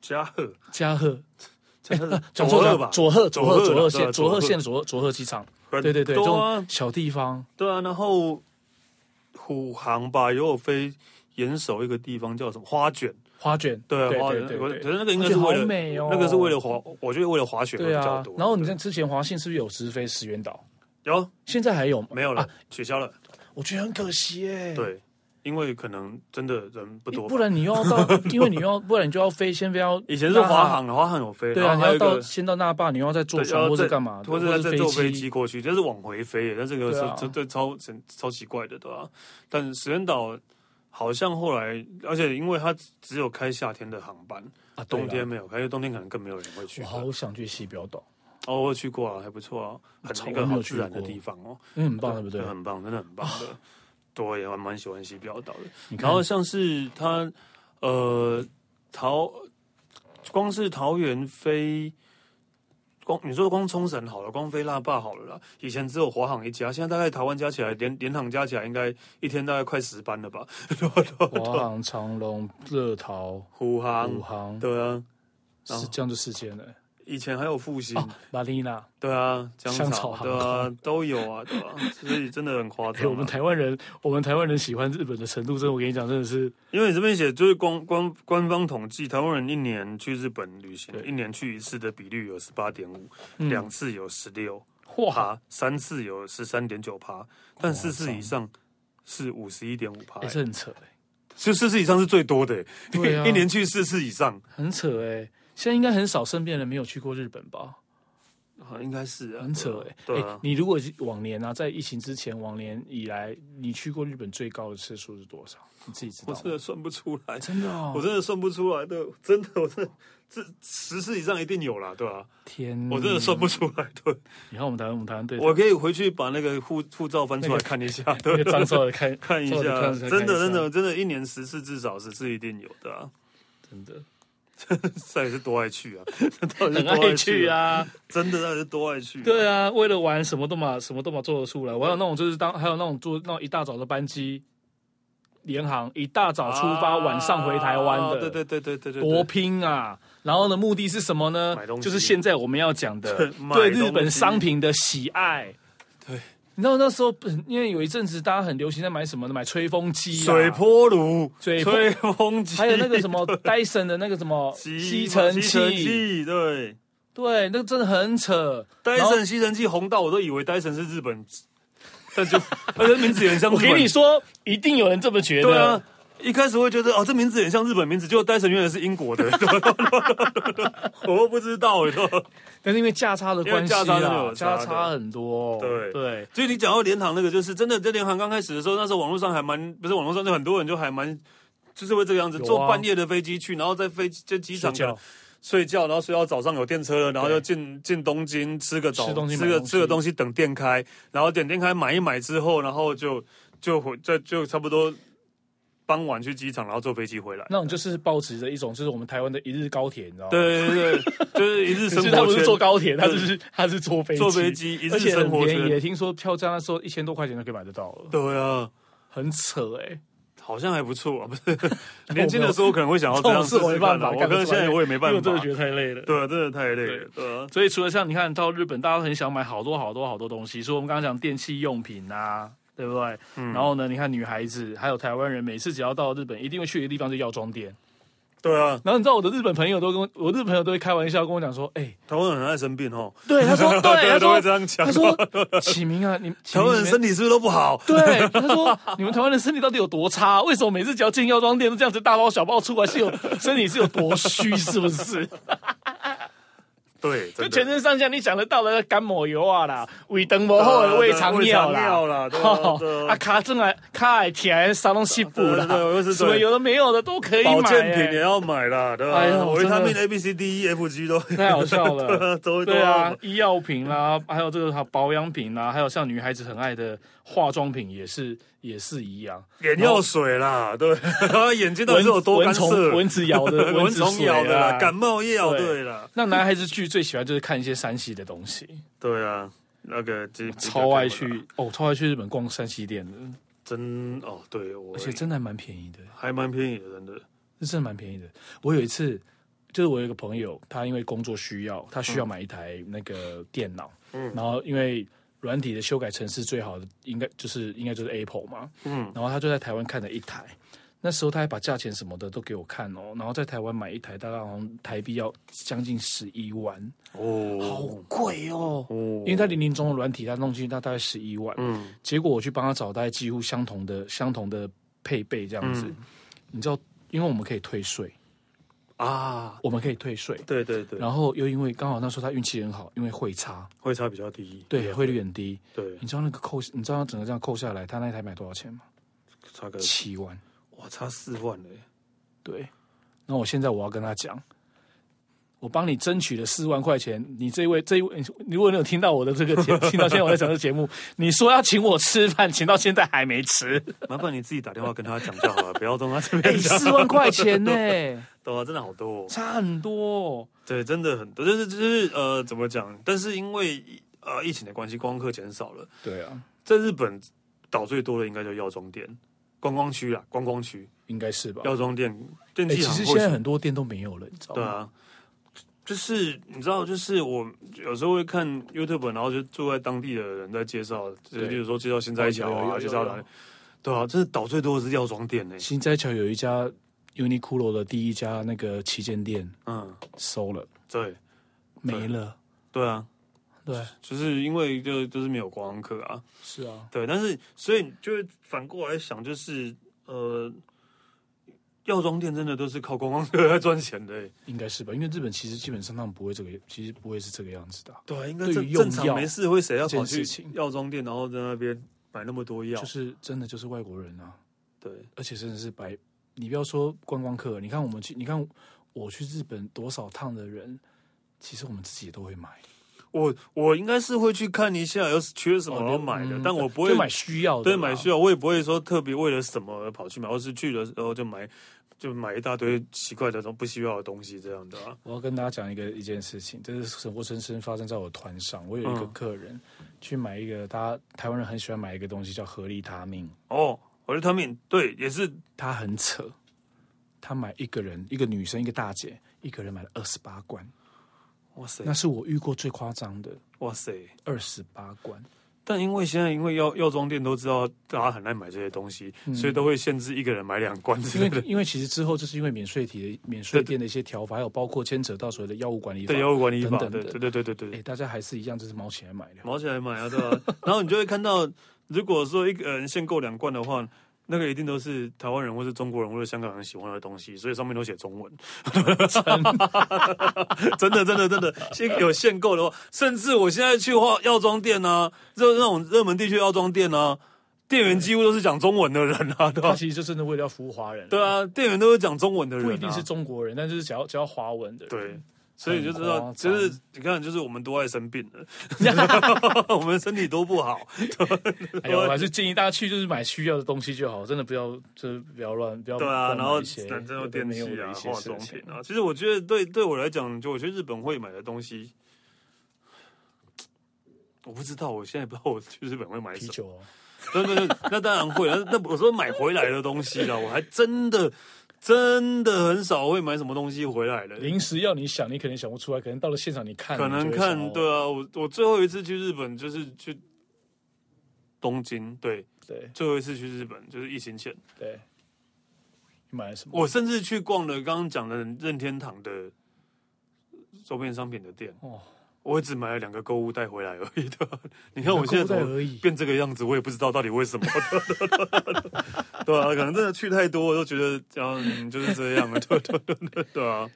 [SPEAKER 1] 加贺，
[SPEAKER 2] 加贺，
[SPEAKER 1] 加贺
[SPEAKER 2] [LAUGHS] 讲错了
[SPEAKER 1] 吧？
[SPEAKER 2] 佐贺，佐贺，佐
[SPEAKER 1] 佐贺啦
[SPEAKER 2] 贺
[SPEAKER 1] 对
[SPEAKER 2] 县，
[SPEAKER 1] 啊
[SPEAKER 2] 佐
[SPEAKER 1] 佐贺
[SPEAKER 2] 贺县，佐贺佐贺机场，
[SPEAKER 1] 很
[SPEAKER 2] 对对对，这
[SPEAKER 1] 多
[SPEAKER 2] 种
[SPEAKER 1] 啊，
[SPEAKER 2] 小地方，
[SPEAKER 1] 对啊，然后虎航吧也有飞岩手一个地方叫什么花卷，
[SPEAKER 2] 花卷，
[SPEAKER 1] 对啊
[SPEAKER 2] 对
[SPEAKER 1] 花
[SPEAKER 2] 对对
[SPEAKER 1] 我
[SPEAKER 2] 对
[SPEAKER 1] 可是那个应该是为
[SPEAKER 2] 好
[SPEAKER 1] 了
[SPEAKER 2] 美哦
[SPEAKER 1] 那个是为了滑，我觉得为了滑雪会比
[SPEAKER 2] 对
[SPEAKER 1] 较
[SPEAKER 2] 啊
[SPEAKER 1] 多。。
[SPEAKER 2] 然后你像之前华信是不是有直飞石原岛？
[SPEAKER 1] 有
[SPEAKER 2] 现在还有吗？
[SPEAKER 1] 没有了
[SPEAKER 2] 啊？
[SPEAKER 1] 取消了。
[SPEAKER 2] 我觉得很可惜耶。。
[SPEAKER 1] 对，因为可能真的人不多吧。
[SPEAKER 2] 不然你又
[SPEAKER 1] [LAUGHS]
[SPEAKER 2] 要到，因为你又要，不然你就要飞，先飞到
[SPEAKER 1] 以前是华
[SPEAKER 2] 那霸，
[SPEAKER 1] 航，华航有飞，
[SPEAKER 2] 对
[SPEAKER 1] 然
[SPEAKER 2] 啊，
[SPEAKER 1] 后
[SPEAKER 2] 你
[SPEAKER 1] 还有
[SPEAKER 2] 要
[SPEAKER 1] 一
[SPEAKER 2] 到
[SPEAKER 1] 个
[SPEAKER 2] 先到那霸，你又要再坐
[SPEAKER 1] 对
[SPEAKER 2] 船
[SPEAKER 1] 要
[SPEAKER 2] 或者
[SPEAKER 1] 再
[SPEAKER 2] 干嘛的，
[SPEAKER 1] 或者
[SPEAKER 2] 是
[SPEAKER 1] 在坐
[SPEAKER 2] 飞
[SPEAKER 1] 飞机过去，这是往回飞的，但这个
[SPEAKER 2] 对啊
[SPEAKER 1] 是这这超神超奇怪的，对吧、但石原岛好像后来，而且因为它只有开夏天的航班，
[SPEAKER 2] 啊，对啊
[SPEAKER 1] 冬天没有开，因为冬天可能更没有人会去
[SPEAKER 2] 我
[SPEAKER 1] 吧。
[SPEAKER 2] 好想去西表岛，
[SPEAKER 1] 哦，我有去过啊，还不错啊，
[SPEAKER 2] 从
[SPEAKER 1] 很
[SPEAKER 2] 来
[SPEAKER 1] 一个
[SPEAKER 2] 没有
[SPEAKER 1] 好
[SPEAKER 2] 去
[SPEAKER 1] 自然的
[SPEAKER 2] 过
[SPEAKER 1] 地方哦，
[SPEAKER 2] 因为很棒，对不对？
[SPEAKER 1] 很棒，真的很棒的。对，也还蛮喜欢西表岛的。
[SPEAKER 2] 你看
[SPEAKER 1] 然后像是它，呃，桃，光是桃园飞，光你说光冲绳好了，光飞腊霸好了啦。以前只有华航一家，现在大概台湾加起来，联联航加起来，应该一天大概快十班了吧？对吧对吧
[SPEAKER 2] 华航、长隆、乐桃、
[SPEAKER 1] [LAUGHS] 虎航
[SPEAKER 2] 武，航，
[SPEAKER 1] 对啊，然后
[SPEAKER 2] 是这样就四间了。
[SPEAKER 1] 以前还有复兴，
[SPEAKER 2] 哦，马丽娜，
[SPEAKER 1] 对啊，江
[SPEAKER 2] 香
[SPEAKER 1] 草，
[SPEAKER 2] 草航
[SPEAKER 1] 对啊，都有啊，对啊，所以真的很夸
[SPEAKER 2] 哎，我
[SPEAKER 1] 张
[SPEAKER 2] 们
[SPEAKER 1] 啊。
[SPEAKER 2] 台湾人，我们台湾人喜欢日本的程度，真的，我跟你讲，真的是
[SPEAKER 1] 因为你这边写就是官官官方统计，台湾人一年去日本旅行，
[SPEAKER 2] 对
[SPEAKER 1] 一年去一次的比率有十八点五，
[SPEAKER 2] 嗯
[SPEAKER 1] 两次有十六
[SPEAKER 2] 哇，
[SPEAKER 1] 趴，三次有十三点九趴，但四次以上是五十一点五趴
[SPEAKER 2] 哎，，这很扯哎，
[SPEAKER 1] 就四次以上是最多的、欸
[SPEAKER 2] 对
[SPEAKER 1] [LAUGHS]
[SPEAKER 2] 啊
[SPEAKER 1] 一年去四次以上，
[SPEAKER 2] 很扯哎。现在应该很少身边人没有去过日本吧？
[SPEAKER 1] 啊应该是啊，
[SPEAKER 2] 很扯哎、
[SPEAKER 1] 对
[SPEAKER 2] 欸
[SPEAKER 1] 啊，
[SPEAKER 2] 你如果是往年啊，在疫情之前，往年以来，你去过日本最高的次数是多少？你自己知道
[SPEAKER 1] 我
[SPEAKER 2] 吗？
[SPEAKER 1] 真的算不出来，
[SPEAKER 2] 真的哦，
[SPEAKER 1] 我真的算不出来的，真的，我真的这十次以上一定有啦，对吧、
[SPEAKER 2] 嗯天，
[SPEAKER 1] 我真的算不出来，对，
[SPEAKER 2] 你看我们台湾，我们台湾队，
[SPEAKER 1] 我可以回去把那个护护照翻出来看一下，
[SPEAKER 2] 那
[SPEAKER 1] 对
[SPEAKER 2] 个。张少的看
[SPEAKER 1] [LAUGHS] 看一下
[SPEAKER 2] 稍微看，看一下
[SPEAKER 1] 真的真的真的，一年十次至少十次一定有的、啊， [LAUGHS]
[SPEAKER 2] 真的
[SPEAKER 1] 到底是多爱去啊？ [LAUGHS] 到底是
[SPEAKER 2] 很
[SPEAKER 1] 多
[SPEAKER 2] 爱
[SPEAKER 1] 去
[SPEAKER 2] 去？啊，
[SPEAKER 1] 真的到底是多爱去、
[SPEAKER 2] 对
[SPEAKER 1] 啊，
[SPEAKER 2] 啊，为了玩什么都嘛什么都嘛做得出来。我还有那种就是当还有那种坐那种一大早的班机，联航一大早出发，晚上回台湾的，
[SPEAKER 1] 啊对对对对 [LAUGHS] 对对，
[SPEAKER 2] 多拼啊！然后呢，目的是什么呢
[SPEAKER 1] 买东？西
[SPEAKER 2] 就是现在我们要讲的
[SPEAKER 1] [LAUGHS] 买
[SPEAKER 2] 对
[SPEAKER 1] 东西
[SPEAKER 2] 日本商品的喜爱。
[SPEAKER 1] 对，
[SPEAKER 2] 你知道那时候，因为有一阵子大家很流行在买什么呢？买吹风机、啊、
[SPEAKER 1] 水波炉、
[SPEAKER 2] 水波
[SPEAKER 1] 吹风机，
[SPEAKER 2] 还有那个
[SPEAKER 1] [LAUGHS]
[SPEAKER 2] 什么 Dyson 的那个什么
[SPEAKER 1] 吸
[SPEAKER 2] 吸尘
[SPEAKER 1] 吸尘
[SPEAKER 2] 器，
[SPEAKER 1] 器，对。
[SPEAKER 2] 对，那个真的很扯。
[SPEAKER 1] 戴
[SPEAKER 2] 然后
[SPEAKER 1] 森吸尘器红到我都以为戴森是日
[SPEAKER 2] [LAUGHS]
[SPEAKER 1] 本，但就而且名字也很像日
[SPEAKER 2] 我
[SPEAKER 1] 本。
[SPEAKER 2] 跟你说，一定有人这么觉得。
[SPEAKER 1] 对啊，一开始会觉得哦，这名字很像日本名字，结果戴森原来是英国的， [LAUGHS] 我都不知道，你知道吗
[SPEAKER 2] 但是因为价差的关系
[SPEAKER 1] 因为价差真的
[SPEAKER 2] 啦
[SPEAKER 1] 有，差
[SPEAKER 2] 价
[SPEAKER 1] 的
[SPEAKER 2] 差很多。
[SPEAKER 1] 对
[SPEAKER 2] 对，
[SPEAKER 1] 所以你讲到联航那个，就是真的在联航刚开始的时候，那时候网络上还蛮不是网络上就很多人就还蛮就是会这个样子，
[SPEAKER 2] 有啊
[SPEAKER 1] 坐半夜的飞机去，然后在飞机在机场
[SPEAKER 2] 睡觉
[SPEAKER 1] 可能睡觉，然后睡到早上有电车了，然后
[SPEAKER 2] 对
[SPEAKER 1] 就进进东京吃个早
[SPEAKER 2] 吃东西买
[SPEAKER 1] 个
[SPEAKER 2] 东西
[SPEAKER 1] 吃个东西等店开，然后等店开买一买之后，然后就就回再就差不多傍晚去机场，然后坐飞机回来。
[SPEAKER 2] 那种就是抱持着一种就是我们台湾的一日高铁，你知道吗？。
[SPEAKER 1] 对对对，就是
[SPEAKER 2] [LAUGHS]
[SPEAKER 1] 一日
[SPEAKER 2] 可
[SPEAKER 1] 生
[SPEAKER 2] 是他
[SPEAKER 1] 活
[SPEAKER 2] 不是
[SPEAKER 1] 圈，
[SPEAKER 2] 坐高铁，他就是他是坐飞机，
[SPEAKER 1] 坐飞机一
[SPEAKER 2] 而
[SPEAKER 1] 日
[SPEAKER 2] 且
[SPEAKER 1] 生
[SPEAKER 2] 很
[SPEAKER 1] 活
[SPEAKER 2] 便宜
[SPEAKER 1] 圈。
[SPEAKER 2] 耶，听说票价那时候一千多块钱就可以买得到了，
[SPEAKER 1] 对啊，
[SPEAKER 2] 很扯哎、
[SPEAKER 1] 好像还不错啊，不是？年轻的时候可能会想要这样试
[SPEAKER 2] 这种事我
[SPEAKER 1] 试
[SPEAKER 2] 没办
[SPEAKER 1] 看
[SPEAKER 2] 法
[SPEAKER 1] 啊，我
[SPEAKER 2] 干
[SPEAKER 1] 可
[SPEAKER 2] 不出
[SPEAKER 1] 能
[SPEAKER 2] 来
[SPEAKER 1] 现在我也没
[SPEAKER 2] 因为
[SPEAKER 1] 办
[SPEAKER 2] 我真
[SPEAKER 1] 法
[SPEAKER 2] 的觉。得太累了。
[SPEAKER 1] 对啊，真的太累了。对啊，
[SPEAKER 2] 所以除了像你看到日本，大家都很想买好多好多好多东西，所以我们刚刚讲电器用品啊，对不对？然后呢，你看女孩子还有台湾人，每次只要到日本，一定会去一个地方，就药妆店。
[SPEAKER 1] 对啊，
[SPEAKER 2] 然后你知道我的日本朋友都跟我，我日本朋友都会开玩笑跟我讲说，哎、
[SPEAKER 1] 台湾人很爱生病哦。
[SPEAKER 2] 对，他说， [LAUGHS] 对，他
[SPEAKER 1] 都会这
[SPEAKER 2] 说，
[SPEAKER 1] 样讲
[SPEAKER 2] 他。说， [LAUGHS] 启明啊，你
[SPEAKER 1] 台湾人身
[SPEAKER 2] 体。
[SPEAKER 1] 体是不是都不好？
[SPEAKER 2] [LAUGHS] 对，他说你们台湾人身体到底有多差？为什么每次只要进药妆店都这样子大包小包出来，是有 [LAUGHS] 身体是有多虚，是不是？
[SPEAKER 1] 对，
[SPEAKER 2] 就
[SPEAKER 1] [LAUGHS] 真
[SPEAKER 2] 全
[SPEAKER 1] 的。
[SPEAKER 2] 身上下你想得到的干抹油啊啦，胃灯不好的胃肠药
[SPEAKER 1] 胃肠药啦
[SPEAKER 2] 啦 [LAUGHS]
[SPEAKER 1] 对，啊
[SPEAKER 2] 吼
[SPEAKER 1] 对啊
[SPEAKER 2] 啊卡正啊卡还甜，啥东西补啦
[SPEAKER 1] 对对对我就是，
[SPEAKER 2] 什么有的没有的都可以买。
[SPEAKER 1] 保健品也啊
[SPEAKER 2] 哎
[SPEAKER 1] 要买啦，对吧？
[SPEAKER 2] 哎呀我
[SPEAKER 1] 我维
[SPEAKER 2] 真的
[SPEAKER 1] 他命 A、B、C、D、E、F、G 都
[SPEAKER 2] [LAUGHS] 太好笑
[SPEAKER 1] [LAUGHS] 对
[SPEAKER 2] 了
[SPEAKER 1] 啊。都都
[SPEAKER 2] 对啊
[SPEAKER 1] 要，
[SPEAKER 2] 医药品啦，还有这个保养品啦，还有像女孩子很爱的化妆品也是也是一样。
[SPEAKER 1] 眼药水啦，对，眼睛到底是有多干
[SPEAKER 2] 蚊
[SPEAKER 1] 涩？
[SPEAKER 2] 虫蚊子咬
[SPEAKER 1] [LAUGHS]
[SPEAKER 2] 的，
[SPEAKER 1] 蚊
[SPEAKER 2] 子
[SPEAKER 1] 虫
[SPEAKER 2] 水啊
[SPEAKER 1] 咬的啦，
[SPEAKER 2] 啦
[SPEAKER 1] 感冒药，
[SPEAKER 2] 对
[SPEAKER 1] 对啦，
[SPEAKER 2] 那男孩子剧最喜欢就是看一些山西的东西，
[SPEAKER 1] 对啊，那个这
[SPEAKER 2] 超爱，去哦，超爱去日本逛山西店的，
[SPEAKER 1] 真哦，对我
[SPEAKER 2] 而且真的还蛮便宜的，
[SPEAKER 1] 还蛮便宜的，真的。
[SPEAKER 2] 是真的蛮便宜的。我有一次，就是我有一个朋友，他因为工作需要，他
[SPEAKER 1] 嗯
[SPEAKER 2] 需要买一台那个电脑，嗯，然后因为软体的修改程式最好的应该就是应该就是 Apple 嘛，嗯，然后他就在台湾看了一台，那时候他还把价钱什么的都给我看哦，然后在台湾买一台大概好像台币要将近十一万，好
[SPEAKER 1] 哦，
[SPEAKER 2] 贵哦。
[SPEAKER 1] 哦
[SPEAKER 2] 因为他零零中的软体，他弄进去他大概十一万，
[SPEAKER 1] 嗯，
[SPEAKER 2] 结果我去帮他找大概几乎相同的相同的配备这样子，
[SPEAKER 1] 嗯
[SPEAKER 2] 你知道，因为我们可以退税，
[SPEAKER 1] 啊，
[SPEAKER 2] 我们可以退税，
[SPEAKER 1] 对对对，
[SPEAKER 2] 然后又因为刚好那时候他运气很好，因为汇差，
[SPEAKER 1] 汇差比较低，
[SPEAKER 2] 对汇率很低，
[SPEAKER 1] 啊对，
[SPEAKER 2] 你知道那个扣，你知道整个这样扣下来，他那台买多少钱吗？
[SPEAKER 1] 差个
[SPEAKER 2] 七万。
[SPEAKER 1] 哇，差四万嘞，
[SPEAKER 2] 对，那我现在我要跟他讲，我帮你争取了四万块钱。你这一位，这一位，如果你有听到我的这个节，听到现在我在讲这个
[SPEAKER 1] [LAUGHS]
[SPEAKER 2] 节目，你说要请我吃饭，请到现在还没吃，
[SPEAKER 1] 麻烦你自己打电话跟他讲就好了， [LAUGHS] 不要动他这
[SPEAKER 2] 哎、
[SPEAKER 1] 边讲。
[SPEAKER 2] 四万块钱呢、
[SPEAKER 1] 对啊，真的好多、哦。
[SPEAKER 2] [LAUGHS] 差很多、哦。
[SPEAKER 1] 对，真的很多，就是就是呃，怎么讲？但是因为呃疫情的关系，观光客减少了，
[SPEAKER 2] 对啊，
[SPEAKER 1] 在日本岛最多的应该就是药妆店、观光区啦，观光区
[SPEAKER 2] 应该是吧？
[SPEAKER 1] 药妆店、电
[SPEAKER 2] 哎、
[SPEAKER 1] 器
[SPEAKER 2] 其
[SPEAKER 1] 行
[SPEAKER 2] 实
[SPEAKER 1] 或
[SPEAKER 2] 现
[SPEAKER 1] 许、
[SPEAKER 2] 在很多店都没有了，你知道吗？
[SPEAKER 1] 对啊。就是你知道，就是我有时候会看 YouTube，然后就住在当地的人在介绍，就是
[SPEAKER 2] 对哦
[SPEAKER 1] 比如说介绍新斋桥
[SPEAKER 2] 有有有
[SPEAKER 1] 啊，
[SPEAKER 2] 有
[SPEAKER 1] 介绍哪里，对啊，这是岛最多的是药妆店呢、
[SPEAKER 2] 新斋桥有一家 Uniqlo 的第一家那个旗舰店
[SPEAKER 1] 嗯，
[SPEAKER 2] 收了，
[SPEAKER 1] 对，
[SPEAKER 2] 没了。
[SPEAKER 1] 对啊，
[SPEAKER 2] 对，
[SPEAKER 1] 就是因为就就是没有观光客啊，
[SPEAKER 2] 是啊，
[SPEAKER 1] 对，但是所以就会反过来想，就是呃，药妆店真的都是靠观光客在赚钱的、欸，
[SPEAKER 2] 应该是吧？因为日本其实基本上他们不会这个，其实不会是这个样子的啊、
[SPEAKER 1] 对啊，应该
[SPEAKER 2] 对于
[SPEAKER 1] 正
[SPEAKER 2] 用
[SPEAKER 1] 正常
[SPEAKER 2] 药
[SPEAKER 1] 没事会谁要跑
[SPEAKER 2] 这件
[SPEAKER 1] 去
[SPEAKER 2] 事情
[SPEAKER 1] 药妆店，然后在那边买那么多药？
[SPEAKER 2] 就是真的就是外国人啊，
[SPEAKER 1] 对，
[SPEAKER 2] 而且真的是白，你不要说观光客，你看我们去，你看我去日本多少趟的人，其实我们自己也都会买，
[SPEAKER 1] 我我应该是会去看一下，要是缺什么然后买的，
[SPEAKER 2] 嗯
[SPEAKER 1] 但我不会
[SPEAKER 2] 就买需要的啦，
[SPEAKER 1] 对买需要，我也不会说特别为了什么而跑去买，或是去的时候就买就买一大堆奇怪的东不需要的东西这样的、啊。
[SPEAKER 2] 我要跟大家讲一个一件事情，这是活生生发生在我团上。我有一个
[SPEAKER 1] 嗯
[SPEAKER 2] 客人、去买一个，大家台湾人很喜欢买一个东西叫合力他命，
[SPEAKER 1] 哦，我觉得他们对也是
[SPEAKER 2] 他很扯，他买一个人，一个女生，一个大姐，一个人买了二十八罐，
[SPEAKER 1] 哇塞
[SPEAKER 2] 那是我遇过最夸张的
[SPEAKER 1] 哇塞。
[SPEAKER 2] 二十八罐。
[SPEAKER 1] 但因为现在因为药药妆店都知道大家很爱买这些东西，所以都会限制一个人买两罐之
[SPEAKER 2] 嗯因
[SPEAKER 1] 类的
[SPEAKER 2] 为。因为其实之后就是因为免税体的免税店的一些条法，还有包括牵扯到所谓的药物管理法
[SPEAKER 1] 对，药物管理法，
[SPEAKER 2] 等
[SPEAKER 1] 对
[SPEAKER 2] 等的
[SPEAKER 1] 对对对对
[SPEAKER 2] 哎、
[SPEAKER 1] 对，
[SPEAKER 2] 大家还是一样，就是毛起来买的。
[SPEAKER 1] 毛起来买啊，对吧、 [LAUGHS] 然后你就会看到，如果说一个人限购两罐的话，那个一定都是台湾人或是中国人或者香港人喜欢的东西，所以上面都写中文。 [LAUGHS] 真的真的真的，现有限购的话，甚至我现在去化药妆店啊，热那种热门地区药妆店啊，店员几乎都是讲中文的人啊，对吧、
[SPEAKER 2] 他其实就真的为了要服务华人，
[SPEAKER 1] 对啊，店员都是讲中文的人、啊，
[SPEAKER 2] 不一定是中国人，但就是只要只要华文的人，
[SPEAKER 1] 对，所以你就知道，
[SPEAKER 2] 很夸张
[SPEAKER 1] 就是你看，就是我们都爱生病了，
[SPEAKER 2] [LAUGHS]
[SPEAKER 1] 我们身体都不好。
[SPEAKER 2] 哎呀，我还是建议大家去就是买需要的东西就好，真的不要就是不要乱不要
[SPEAKER 1] 对啊，
[SPEAKER 2] 乱买
[SPEAKER 1] 然后
[SPEAKER 2] 一些
[SPEAKER 1] 男生有
[SPEAKER 2] 有的
[SPEAKER 1] 电
[SPEAKER 2] 没有
[SPEAKER 1] 器
[SPEAKER 2] 的
[SPEAKER 1] 啊、
[SPEAKER 2] 一些
[SPEAKER 1] 化
[SPEAKER 2] 事
[SPEAKER 1] 妆
[SPEAKER 2] 情
[SPEAKER 1] 品啊，其实我觉得对对我来讲，就我去日本会买的东西，我不知道，我现在不知道我去日本会买什
[SPEAKER 2] 啤
[SPEAKER 1] 么。
[SPEAKER 2] 酒哦，
[SPEAKER 1] 对对对，那当然会了。那我说买回来的东西啊啦，我还真的真的很少会买什么东西回来的。
[SPEAKER 2] 临时要你想，你可能想不出来，可能到了现场你看，
[SPEAKER 1] 可能
[SPEAKER 2] 你就会想
[SPEAKER 1] 看
[SPEAKER 2] 哦
[SPEAKER 1] 对啊，我我最后一次去日本就是去东京，对，
[SPEAKER 2] 对
[SPEAKER 1] 最后一次去日本就是疫情前，
[SPEAKER 2] 对，你买了什么？
[SPEAKER 1] 我甚至去逛了刚刚讲的任天堂的周边商品的店，
[SPEAKER 2] 哦，
[SPEAKER 1] 我只买了两个购物袋回来而已的。你看我现在怎
[SPEAKER 2] 购物袋
[SPEAKER 1] 么
[SPEAKER 2] 而已
[SPEAKER 1] 变这个样子，我也不知道到底为什么。 [LAUGHS] 对啊，可能真的去太多，我都觉得啊、嗯、就是这样了。对对对对对啊，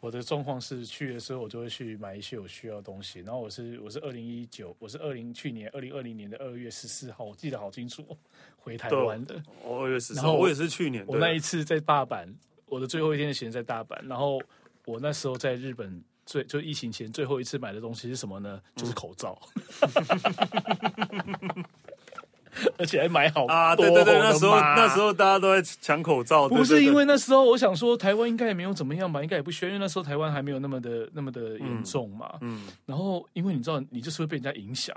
[SPEAKER 2] 我的状况是去的时候，我就会去买一些我需要的东西。然后我是我是二零一九，我是二零去年二零二零年的二月十四号，我记得好清楚， [LAUGHS] 回台湾的。
[SPEAKER 1] 我二月十
[SPEAKER 2] 然
[SPEAKER 1] 三，
[SPEAKER 2] 后
[SPEAKER 1] 我也是去年
[SPEAKER 2] 我那一
[SPEAKER 1] 对
[SPEAKER 2] 次在大阪，我的最后一天的时间在大阪。然后我那时候在日本最就疫情前最后一次买的东西是什么呢？就是口罩， [LAUGHS] 而且还买好
[SPEAKER 1] 啊，
[SPEAKER 2] 多
[SPEAKER 1] 对对对，那时候
[SPEAKER 2] 我的妈
[SPEAKER 1] 那时候大家都在抢口罩，对
[SPEAKER 2] 不
[SPEAKER 1] 对
[SPEAKER 2] 是
[SPEAKER 1] 对
[SPEAKER 2] 因为那时候，我想说台湾应该也没有怎么样吧，应该也不需要，因为那时候台湾还没有那么的那么的严重嘛。
[SPEAKER 1] 嗯，
[SPEAKER 2] 然后因为你知道，你就是会被人家影响，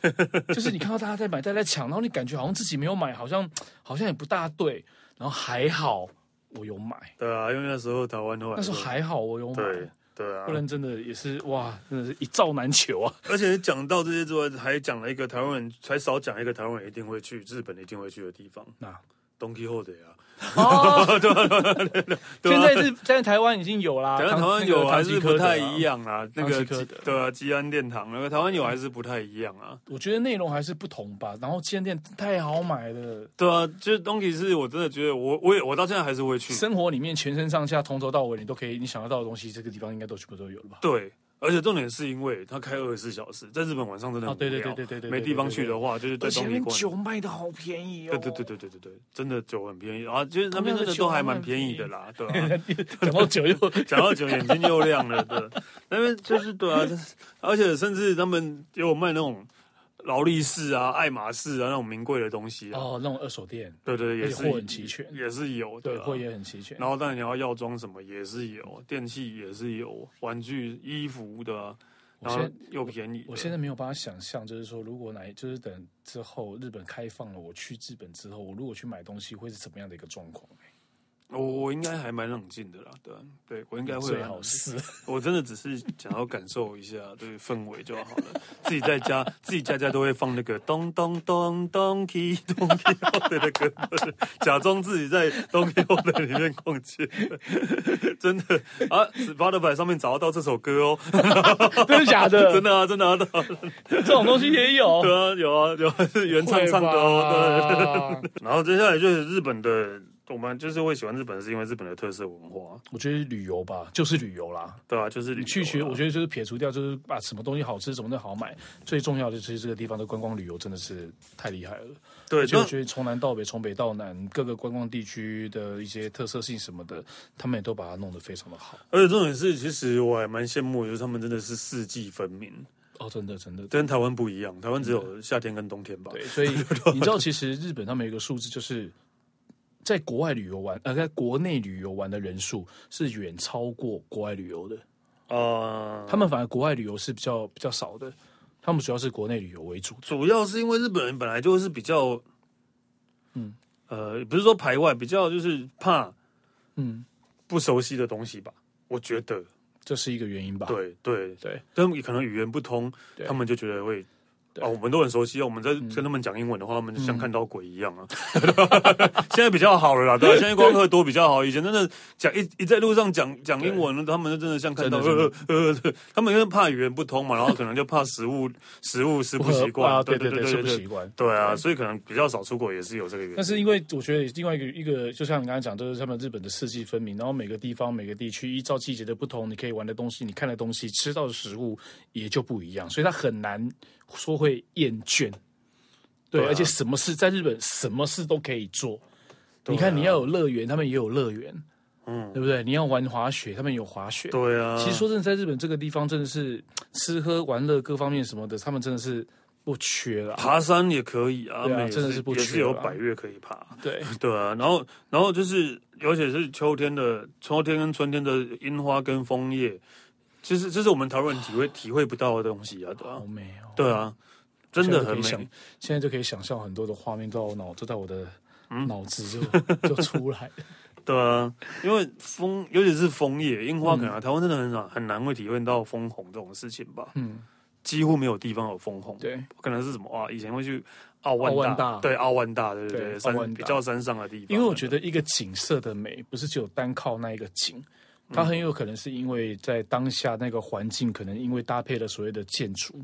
[SPEAKER 2] [LAUGHS] 就是你看到大家在买，大家在抢，然后你感觉好像自己没有买，好像好像也不大对，然后还好我有买，
[SPEAKER 1] 对啊，因为那时候台湾都
[SPEAKER 2] 那时候还好我有买，
[SPEAKER 1] 对对啊
[SPEAKER 2] 不，然真的也是哇，真的是一兆难求啊！
[SPEAKER 1] 而且讲到这些之外，还讲了一个台湾人，才少讲一个台湾人一定会去日本一定会去的地方
[SPEAKER 2] 那
[SPEAKER 1] ，Donkey h o l d 啊，
[SPEAKER 2] 哦， [LAUGHS] 现在是现在台湾已经有啦，
[SPEAKER 1] 反正台湾
[SPEAKER 2] 唐
[SPEAKER 1] 有还是不太一。
[SPEAKER 2] 那个唐吉诃德啊
[SPEAKER 1] 样啊，那
[SPEAKER 2] 唐
[SPEAKER 1] 个
[SPEAKER 2] 吉诃
[SPEAKER 1] 基
[SPEAKER 2] 德
[SPEAKER 1] 对啊，吉安殿堂那个台湾
[SPEAKER 2] 嗯
[SPEAKER 1] 有还是不太一样啊。
[SPEAKER 2] 我觉得内容还是不同吧。然后鸡蛋店太好买了，
[SPEAKER 1] 对啊，就是东西是我真的觉得我我也我到现在还是会去，
[SPEAKER 2] 生活里面全身上下从头到尾你都可以，你想得到的东西，这个地方应该都全部都有了吧？
[SPEAKER 1] 对，而且重点是因为它开二十四小时，在日本晚上真的很
[SPEAKER 2] 啊对对
[SPEAKER 1] 无聊
[SPEAKER 2] 对对对对对
[SPEAKER 1] 没地方去的话，就是在
[SPEAKER 2] 而且
[SPEAKER 1] 东
[SPEAKER 2] 那
[SPEAKER 1] 尼
[SPEAKER 2] 边
[SPEAKER 1] 逛。
[SPEAKER 2] 酒啊卖的好便宜
[SPEAKER 1] 对
[SPEAKER 2] 哦。
[SPEAKER 1] 对对对对对对，真的酒很便宜啊，就是那边真的都还蛮便宜的啦，对啊。
[SPEAKER 2] [LAUGHS] 讲到酒又
[SPEAKER 1] 讲到酒，眼睛又亮了，对，那边就是对啊，就是而且甚至他们也有卖那种劳力士啊、爱马仕啊那种名贵的东西啊，
[SPEAKER 2] [LAUGHS] 哦，那种二手店，
[SPEAKER 1] 对对，也
[SPEAKER 2] 而且
[SPEAKER 1] 是
[SPEAKER 2] 货很齐全
[SPEAKER 1] 也是有
[SPEAKER 2] 对，
[SPEAKER 1] 的啊。
[SPEAKER 2] 货也很齐全。
[SPEAKER 1] 然后当然你要药妆什么也是有，电器也是有，玩具、衣服的啊，
[SPEAKER 2] 我
[SPEAKER 1] 然
[SPEAKER 2] 现
[SPEAKER 1] 后又便宜的。
[SPEAKER 2] 我现在没有办法想象，就是说，如果哪一就是等之后日本开放了，我去日本之后，我如果去买东西，会是什么样的一个状况？
[SPEAKER 1] 啊我我应该还蛮冷静的啦，对啊对，我应该会
[SPEAKER 2] 最
[SPEAKER 1] 很
[SPEAKER 2] 好
[SPEAKER 1] 冷静
[SPEAKER 2] 是
[SPEAKER 1] 我真的只是想要感受一下对氛围就好了。自己在家，自己家家都会放那个咚咚咚咚 key 咚 key 后的那个，假装自己在咚 key 后的里面逛街，真的啊，Spotify 上面找得到这首歌哦，
[SPEAKER 2] [LAUGHS] 真的假的？
[SPEAKER 1] 真的啊，真的啊，真的啊
[SPEAKER 2] 这种东西也有，
[SPEAKER 1] 对啊，有啊，有啊是原唱唱的哦，对。
[SPEAKER 2] 哦。对，
[SPEAKER 1] 然后接下来就是日本的，我们就是会喜欢日本，是因为日本的特色文化，
[SPEAKER 2] 我觉得旅游吧，就是旅游啦。
[SPEAKER 1] 对啊，就是
[SPEAKER 2] 你去学，我
[SPEAKER 1] 得
[SPEAKER 2] 觉得就是撇除掉，就是把什么东西好吃，什么东西好买，最重要的就是这个地方的观光旅游真的是太厉害了。
[SPEAKER 1] 对，
[SPEAKER 2] 就
[SPEAKER 1] 就
[SPEAKER 2] 我觉得从南到北，从北到南，各个观光地区的一些特色性什么的，他们也都把它弄得非常的好。
[SPEAKER 1] 而且重点是，其实我还蛮羡慕，就是他们真的是四季分明，
[SPEAKER 2] 哦，真的，真的，
[SPEAKER 1] 跟台湾不一样，台湾只有夏天跟冬天吧。
[SPEAKER 2] 嗯对，所以你知道，其实日本他们有一个数字，就是在国外旅游玩，呃，在国内旅游玩的人数是远超过国外旅游的。
[SPEAKER 1] 啊、
[SPEAKER 2] 他们反而国外旅游是比较比较少的，他们主要是国内旅游为主。
[SPEAKER 1] 主要是因为日本人本来就是比较，嗯，呃，不是说排外，比较就是怕
[SPEAKER 2] 嗯，
[SPEAKER 1] 不熟悉的东西吧。我觉得，
[SPEAKER 2] 这是一个原因吧？
[SPEAKER 1] 对对，
[SPEAKER 2] 对
[SPEAKER 1] 他们可能语言不通，
[SPEAKER 2] 对
[SPEAKER 1] 他们就觉得会。
[SPEAKER 2] 对嗯
[SPEAKER 1] 啊，我们都很熟悉啊。我们在跟他们讲英文的话，他们就像看到鬼一样啊。 [LAUGHS] 现在比较好了啦，
[SPEAKER 2] [LAUGHS]
[SPEAKER 1] 对、啊，现在观光客多比较好。以前真的讲一一在路上讲讲英文，他们就真的像看到
[SPEAKER 2] 真的
[SPEAKER 1] 呃呃呃，对他们因为怕语言不通嘛，然后可能就怕食物 [LAUGHS] 食物吃不习
[SPEAKER 2] 啊
[SPEAKER 1] 惯，
[SPEAKER 2] 对对对，是不习
[SPEAKER 1] 对，
[SPEAKER 2] 惯。
[SPEAKER 1] 对啊，所以可能比较少出国也是有这个原因。
[SPEAKER 2] 但是因为我觉得另外一个一个，就像你刚才讲，就是他们日本的四季分明，然后每个地方每个地区依照季节的不同，你可以玩的东西、你看的东西、吃到的食物也就不一样，所以它很难说会厌倦。对，
[SPEAKER 1] 对啊
[SPEAKER 2] 而且什么事在日本什么事都可以做。
[SPEAKER 1] 对啊
[SPEAKER 2] 你看，你要有乐园，他们也有乐园，嗯，对不对？你要玩滑雪，他们有滑雪。
[SPEAKER 1] 对啊，
[SPEAKER 2] 其实说真的，在日本这个地方，真的是吃喝玩乐各方面什么的，他们真的是不缺了。
[SPEAKER 1] 爬山也可以啊，
[SPEAKER 2] 对啊
[SPEAKER 1] 美
[SPEAKER 2] 真的是不
[SPEAKER 1] 也
[SPEAKER 2] 缺
[SPEAKER 1] 是有
[SPEAKER 2] 啊
[SPEAKER 1] 百越可以爬。
[SPEAKER 2] [LAUGHS] 对，
[SPEAKER 1] [LAUGHS] 对啊，然后然后就是，尤其是秋天的秋天跟春天的樱花跟枫叶，其实这是我们台湾人体
[SPEAKER 2] [SIGHS]
[SPEAKER 1] 会体会不到的东西啊，对啊
[SPEAKER 2] 好，美哦。
[SPEAKER 1] 对啊，真的很
[SPEAKER 2] 现在就可以想
[SPEAKER 1] 美。，
[SPEAKER 2] 现在就可以想象很多的画面都在我脑，都在我的
[SPEAKER 1] 嗯
[SPEAKER 2] 脑子就、就出来了。
[SPEAKER 1] 对啊，因为枫，尤其是枫叶、樱花，可能啊、台湾真的很少很难会体会到枫红这种事情吧，
[SPEAKER 2] 嗯，
[SPEAKER 1] [LAUGHS] 几乎没有地方有枫红。，
[SPEAKER 2] 对，
[SPEAKER 1] 可能是什么啊？以前会去奥万
[SPEAKER 2] 奥万大
[SPEAKER 1] 对，奥万大，对对
[SPEAKER 2] 对
[SPEAKER 1] 对，
[SPEAKER 2] 奥万
[SPEAKER 1] 山
[SPEAKER 2] 大
[SPEAKER 1] 比较山上的地方。
[SPEAKER 2] 因为我觉
[SPEAKER 1] 得
[SPEAKER 2] 得一个景色的美，不是只有单靠那一个景。它很有可能是因为在当下那个环境，可能因为搭配了所谓的建筑，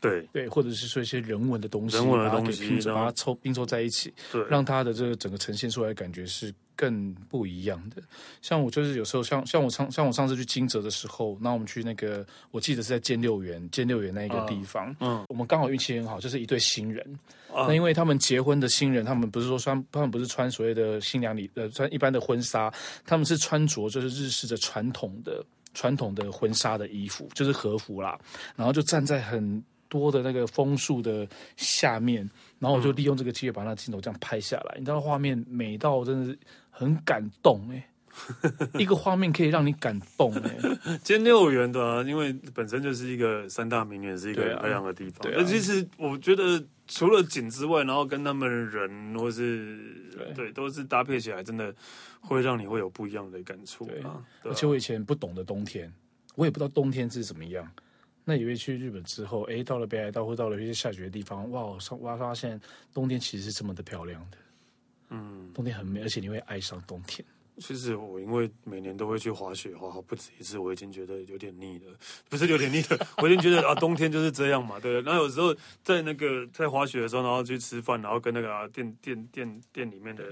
[SPEAKER 1] 对
[SPEAKER 2] 对，或者是说一些人文的东西，
[SPEAKER 1] 人文的
[SPEAKER 2] 把它给
[SPEAKER 1] 东西
[SPEAKER 2] 拼凑，
[SPEAKER 1] 然后
[SPEAKER 2] 把它凑拼凑在一起，
[SPEAKER 1] 对，
[SPEAKER 2] 让它的这个整个呈现出来的感觉是更不一样的。像我就是有时候像像我上像我上次去金泽的时候，那我们去那个我记得是在建六园建六园那一个地方，
[SPEAKER 1] 嗯
[SPEAKER 2] 我们刚好运气很好，就是一对新人。
[SPEAKER 1] 啊
[SPEAKER 2] 那因为他们结婚的新人，他们不是说穿他们不是穿所谓的新娘礼呃穿一般的婚纱，他们是穿着就是日式的传统的传统的婚纱的衣服，就是和服啦，然后就站在很。多的那个枫树的下面，然后我就利用这个机会把那镜头这样拍下来，你知道画面美到真的是很感动哎、一个画面可以让你感动哎、
[SPEAKER 1] [LAUGHS] 兼六元的、啊，因为本身就是一个三大名园，是一个
[SPEAKER 2] 对啊
[SPEAKER 1] 很漂亮的地方。
[SPEAKER 2] 对啊
[SPEAKER 1] 那、其实我觉得除了景之外，然后跟他们人或是
[SPEAKER 2] 对
[SPEAKER 1] 都是搭配起来，真的会让你会有不一样的感触啊。对
[SPEAKER 2] 而
[SPEAKER 1] 啊
[SPEAKER 2] 且我以前不懂得冬天，我也不知道冬天是怎么样。那也会去日本之后，诶，到了北海道或到了一些下雪的地方，哇，我上我发现冬天其实是这么的漂亮的。
[SPEAKER 1] 嗯，
[SPEAKER 2] 冬天很美，而且你会爱上
[SPEAKER 1] [LAUGHS]
[SPEAKER 2] 冬天。
[SPEAKER 1] 其实我因为每年都会去滑雪，滑好不止一次，我已经觉得有点腻了，不是有点腻了，我已经觉得啊，冬天就是这样嘛，对。然后有时候在那个在滑雪的时候，然后去吃饭，然后跟那个、啊、店店店店里面的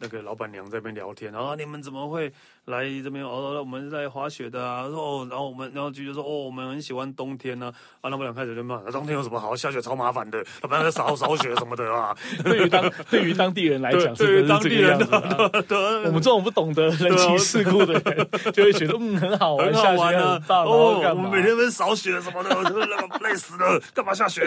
[SPEAKER 1] 那个老板娘在那边聊天，然后、啊你们怎么会来这边？哦，我们是来滑雪的啊，说哦，然后我们然后就就说哦，我们很喜欢冬天呢、啊。啊，老板娘开始就骂，啊冬天有什么好？下雪超麻烦的，老板娘在扫扫雪什么的啊。
[SPEAKER 2] 对于当 [LAUGHS] 对于当地人来
[SPEAKER 1] 对，
[SPEAKER 2] 讲，
[SPEAKER 1] 对于
[SPEAKER 2] 是不
[SPEAKER 1] 当
[SPEAKER 2] 是这
[SPEAKER 1] 地
[SPEAKER 2] 个样
[SPEAKER 1] 人
[SPEAKER 2] 子啊
[SPEAKER 1] 的，对 [LAUGHS]
[SPEAKER 2] 我们这种不懂得人情世故的人，就会觉得嗯很好玩，
[SPEAKER 1] [LAUGHS] 很好玩
[SPEAKER 2] 下雪
[SPEAKER 1] 啊
[SPEAKER 2] 很！棒，然
[SPEAKER 1] 哦
[SPEAKER 2] 后，干
[SPEAKER 1] 我
[SPEAKER 2] 嘛
[SPEAKER 1] 们每天被扫雪什么的，我 [LAUGHS] 真的那个累死了，干嘛下雪？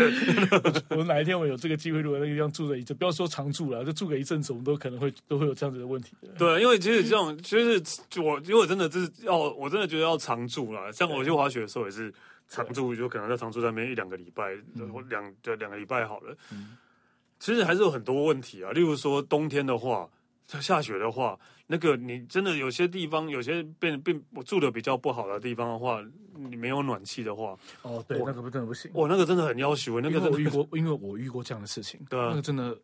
[SPEAKER 2] 我们哪一天我们有这个机会，如果在那个地方住了一阵，不要说常住了，就住个一阵子，我们都可能会都会有这样子的问题的。
[SPEAKER 1] [LAUGHS] 对，因为其实这种，就是就我，因为我真的就是要，我真的觉得要常住啦。像我去滑雪的时候也是常住，就可能在常住在那边一两个礼拜，或两对两个礼拜好了。其实还是有很多问题啊，例如说冬天的话，下雪的话，那个你真的有些地方，有些变变我住的比较不好的地方的话，你没有暖气的话，
[SPEAKER 2] 哦，对，
[SPEAKER 1] 我
[SPEAKER 2] 那个不真的不行。
[SPEAKER 1] 哇，那个真的很要求，那
[SPEAKER 2] 因
[SPEAKER 1] 个
[SPEAKER 2] 为
[SPEAKER 1] 真的
[SPEAKER 2] 我遇过，因为我遇过这样的事情，
[SPEAKER 1] 对啊
[SPEAKER 2] 那个真的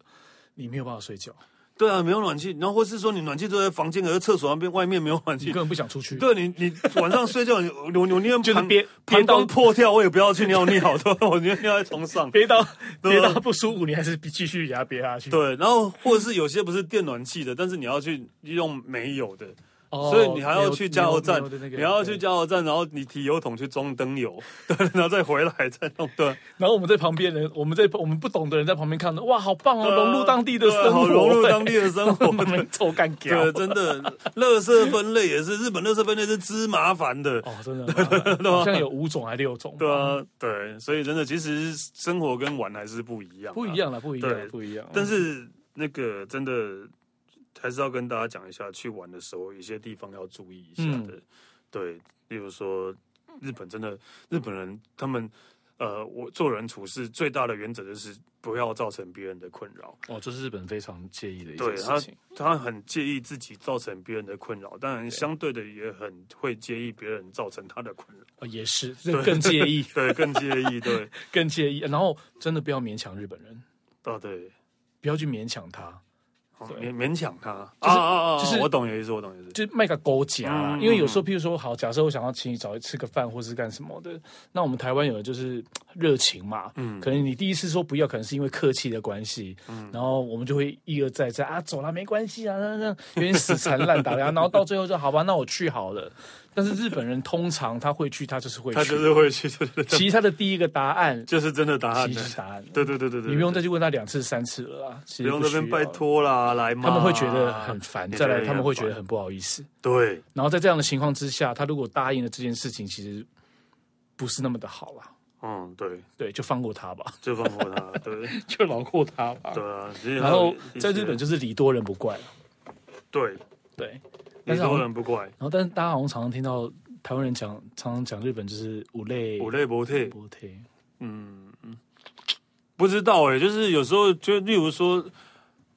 [SPEAKER 2] 你没有办法睡觉，
[SPEAKER 1] 对啊，没有暖气，然后或是说你暖气都在房间，可是厕所那边外面没有暖
[SPEAKER 2] 你
[SPEAKER 1] 气
[SPEAKER 2] 根。本不想出去，
[SPEAKER 1] 对你，你晚上睡觉，你我我宁愿
[SPEAKER 2] 就是
[SPEAKER 1] 膀
[SPEAKER 2] 憋憋
[SPEAKER 1] 膀
[SPEAKER 2] 到
[SPEAKER 1] 胱破掉，我也不要去尿尿，对吧，我宁愿尿在床
[SPEAKER 2] [LAUGHS]
[SPEAKER 1] 上。
[SPEAKER 2] 憋到
[SPEAKER 1] 对
[SPEAKER 2] 憋
[SPEAKER 1] 啊
[SPEAKER 2] 到不舒服，你还是必继续给它憋下去。
[SPEAKER 1] 对，然后或者是有些不是电暖气的，但是你要去用没有的，
[SPEAKER 2] 哦，
[SPEAKER 1] 所以你还要去加油站
[SPEAKER 2] 牛的那，
[SPEAKER 1] 你
[SPEAKER 2] 个
[SPEAKER 1] 还要去
[SPEAKER 2] 对
[SPEAKER 1] 加油站，然后你提油桶去装灯油， [LAUGHS] 对，然后再回来再弄，对，
[SPEAKER 2] 然后我们在旁边人，我们在我们不懂的人在旁边看着，哇，好棒哦，
[SPEAKER 1] 对啊
[SPEAKER 2] 融入当地的
[SPEAKER 1] 对
[SPEAKER 2] 生活，
[SPEAKER 1] 好融入当地的生活
[SPEAKER 2] [LAUGHS] 我，们臭干掉。
[SPEAKER 1] 对，真的，垃圾分类也是日本垃圾分类是之麻烦的，
[SPEAKER 2] 哦，真的很麻烦，好像 [LAUGHS] 有五种还六种吧，
[SPEAKER 1] 对啊，对，所以真的，其实生活跟玩还是不一样、啊
[SPEAKER 2] 不一。样了，不一样啦，
[SPEAKER 1] 对
[SPEAKER 2] 不一样。嗯
[SPEAKER 1] 但是那个真的还是要跟大家讲一下，去玩的时候有些地方要注意一下的。
[SPEAKER 2] 嗯
[SPEAKER 1] 对，例如说日本真的日本人他们呃，我做人处事最大的原则就是不要造成别人的困扰。
[SPEAKER 2] 哦，这是日本非常介意的一
[SPEAKER 1] 对
[SPEAKER 2] 件
[SPEAKER 1] 他
[SPEAKER 2] 事情。，
[SPEAKER 1] 他很介意自己造成别人的困扰，当然相对的也很会介意别人造成他的困扰。
[SPEAKER 2] 哦，也是，这更介意，
[SPEAKER 1] 对，更介意，
[SPEAKER 2] [LAUGHS]
[SPEAKER 1] 对，
[SPEAKER 2] 更介意。然后真的不要勉强日本人，
[SPEAKER 1] 啊，对。
[SPEAKER 2] 不要去勉强他，
[SPEAKER 1] 哦
[SPEAKER 2] 对
[SPEAKER 1] 勉勉强他啊
[SPEAKER 2] 就是
[SPEAKER 1] 啊啊！
[SPEAKER 2] 就是
[SPEAKER 1] 我懂你的意思，我懂你的意思。
[SPEAKER 2] 就卖个勾夹啦。
[SPEAKER 1] 嗯
[SPEAKER 2] 因为有时候，譬如说，好，假设我想要请你找吃个饭，或是干什么的，那我们台湾有的就是嘖热情嘛，
[SPEAKER 1] 嗯
[SPEAKER 2] 可能你第一次说不要，可能是因为客气的关系，然后我们就会一而再再啊，走啦，没关系啊，那那有点死缠烂打的啊，然后到最后就好吧，那我去好了。但是日本人通常他会去，他就是会去。
[SPEAKER 1] 他就是会去，对对对，
[SPEAKER 2] [LAUGHS] 其实他的第一个答案
[SPEAKER 1] 就是真的答案
[SPEAKER 2] 其
[SPEAKER 1] 呢
[SPEAKER 2] 实是答案了，
[SPEAKER 1] [LAUGHS] 对对对对对，
[SPEAKER 2] 你不用再去问他两次三次了啦。其
[SPEAKER 1] 不
[SPEAKER 2] 实
[SPEAKER 1] 用
[SPEAKER 2] 不
[SPEAKER 1] 这
[SPEAKER 2] 需
[SPEAKER 1] 边拜，
[SPEAKER 2] 要
[SPEAKER 1] 托啦，来嘛，
[SPEAKER 2] 他们会觉得很烦，
[SPEAKER 1] 你
[SPEAKER 2] 再
[SPEAKER 1] 觉得
[SPEAKER 2] 来
[SPEAKER 1] 也
[SPEAKER 2] 他们
[SPEAKER 1] 很
[SPEAKER 2] 会觉
[SPEAKER 1] 烦
[SPEAKER 2] 得很不好意思。
[SPEAKER 1] 对
[SPEAKER 2] 然后在这样的情况之下，他如果答应了这件事情，其实不是那么的好啦。
[SPEAKER 1] 嗯对，
[SPEAKER 2] 对，就放过他吧，
[SPEAKER 1] 就放过他，
[SPEAKER 2] [LAUGHS]
[SPEAKER 1] 对
[SPEAKER 2] 就饶过他吧。
[SPEAKER 1] 对啊。其实还
[SPEAKER 2] 然
[SPEAKER 1] 有
[SPEAKER 2] 后
[SPEAKER 1] 一
[SPEAKER 2] 在
[SPEAKER 1] 些
[SPEAKER 2] 日本就是礼多人不怪，
[SPEAKER 1] 对，
[SPEAKER 2] 对。但
[SPEAKER 1] 你
[SPEAKER 2] 是好
[SPEAKER 1] 多
[SPEAKER 2] 像，
[SPEAKER 1] 人不怪，
[SPEAKER 2] 然后但是大家好像常常听到台湾人讲，常常讲日本就是五类
[SPEAKER 1] 我累不退，
[SPEAKER 2] 波特，
[SPEAKER 1] 嗯嗯，不知道哎、就是有时候就例如说。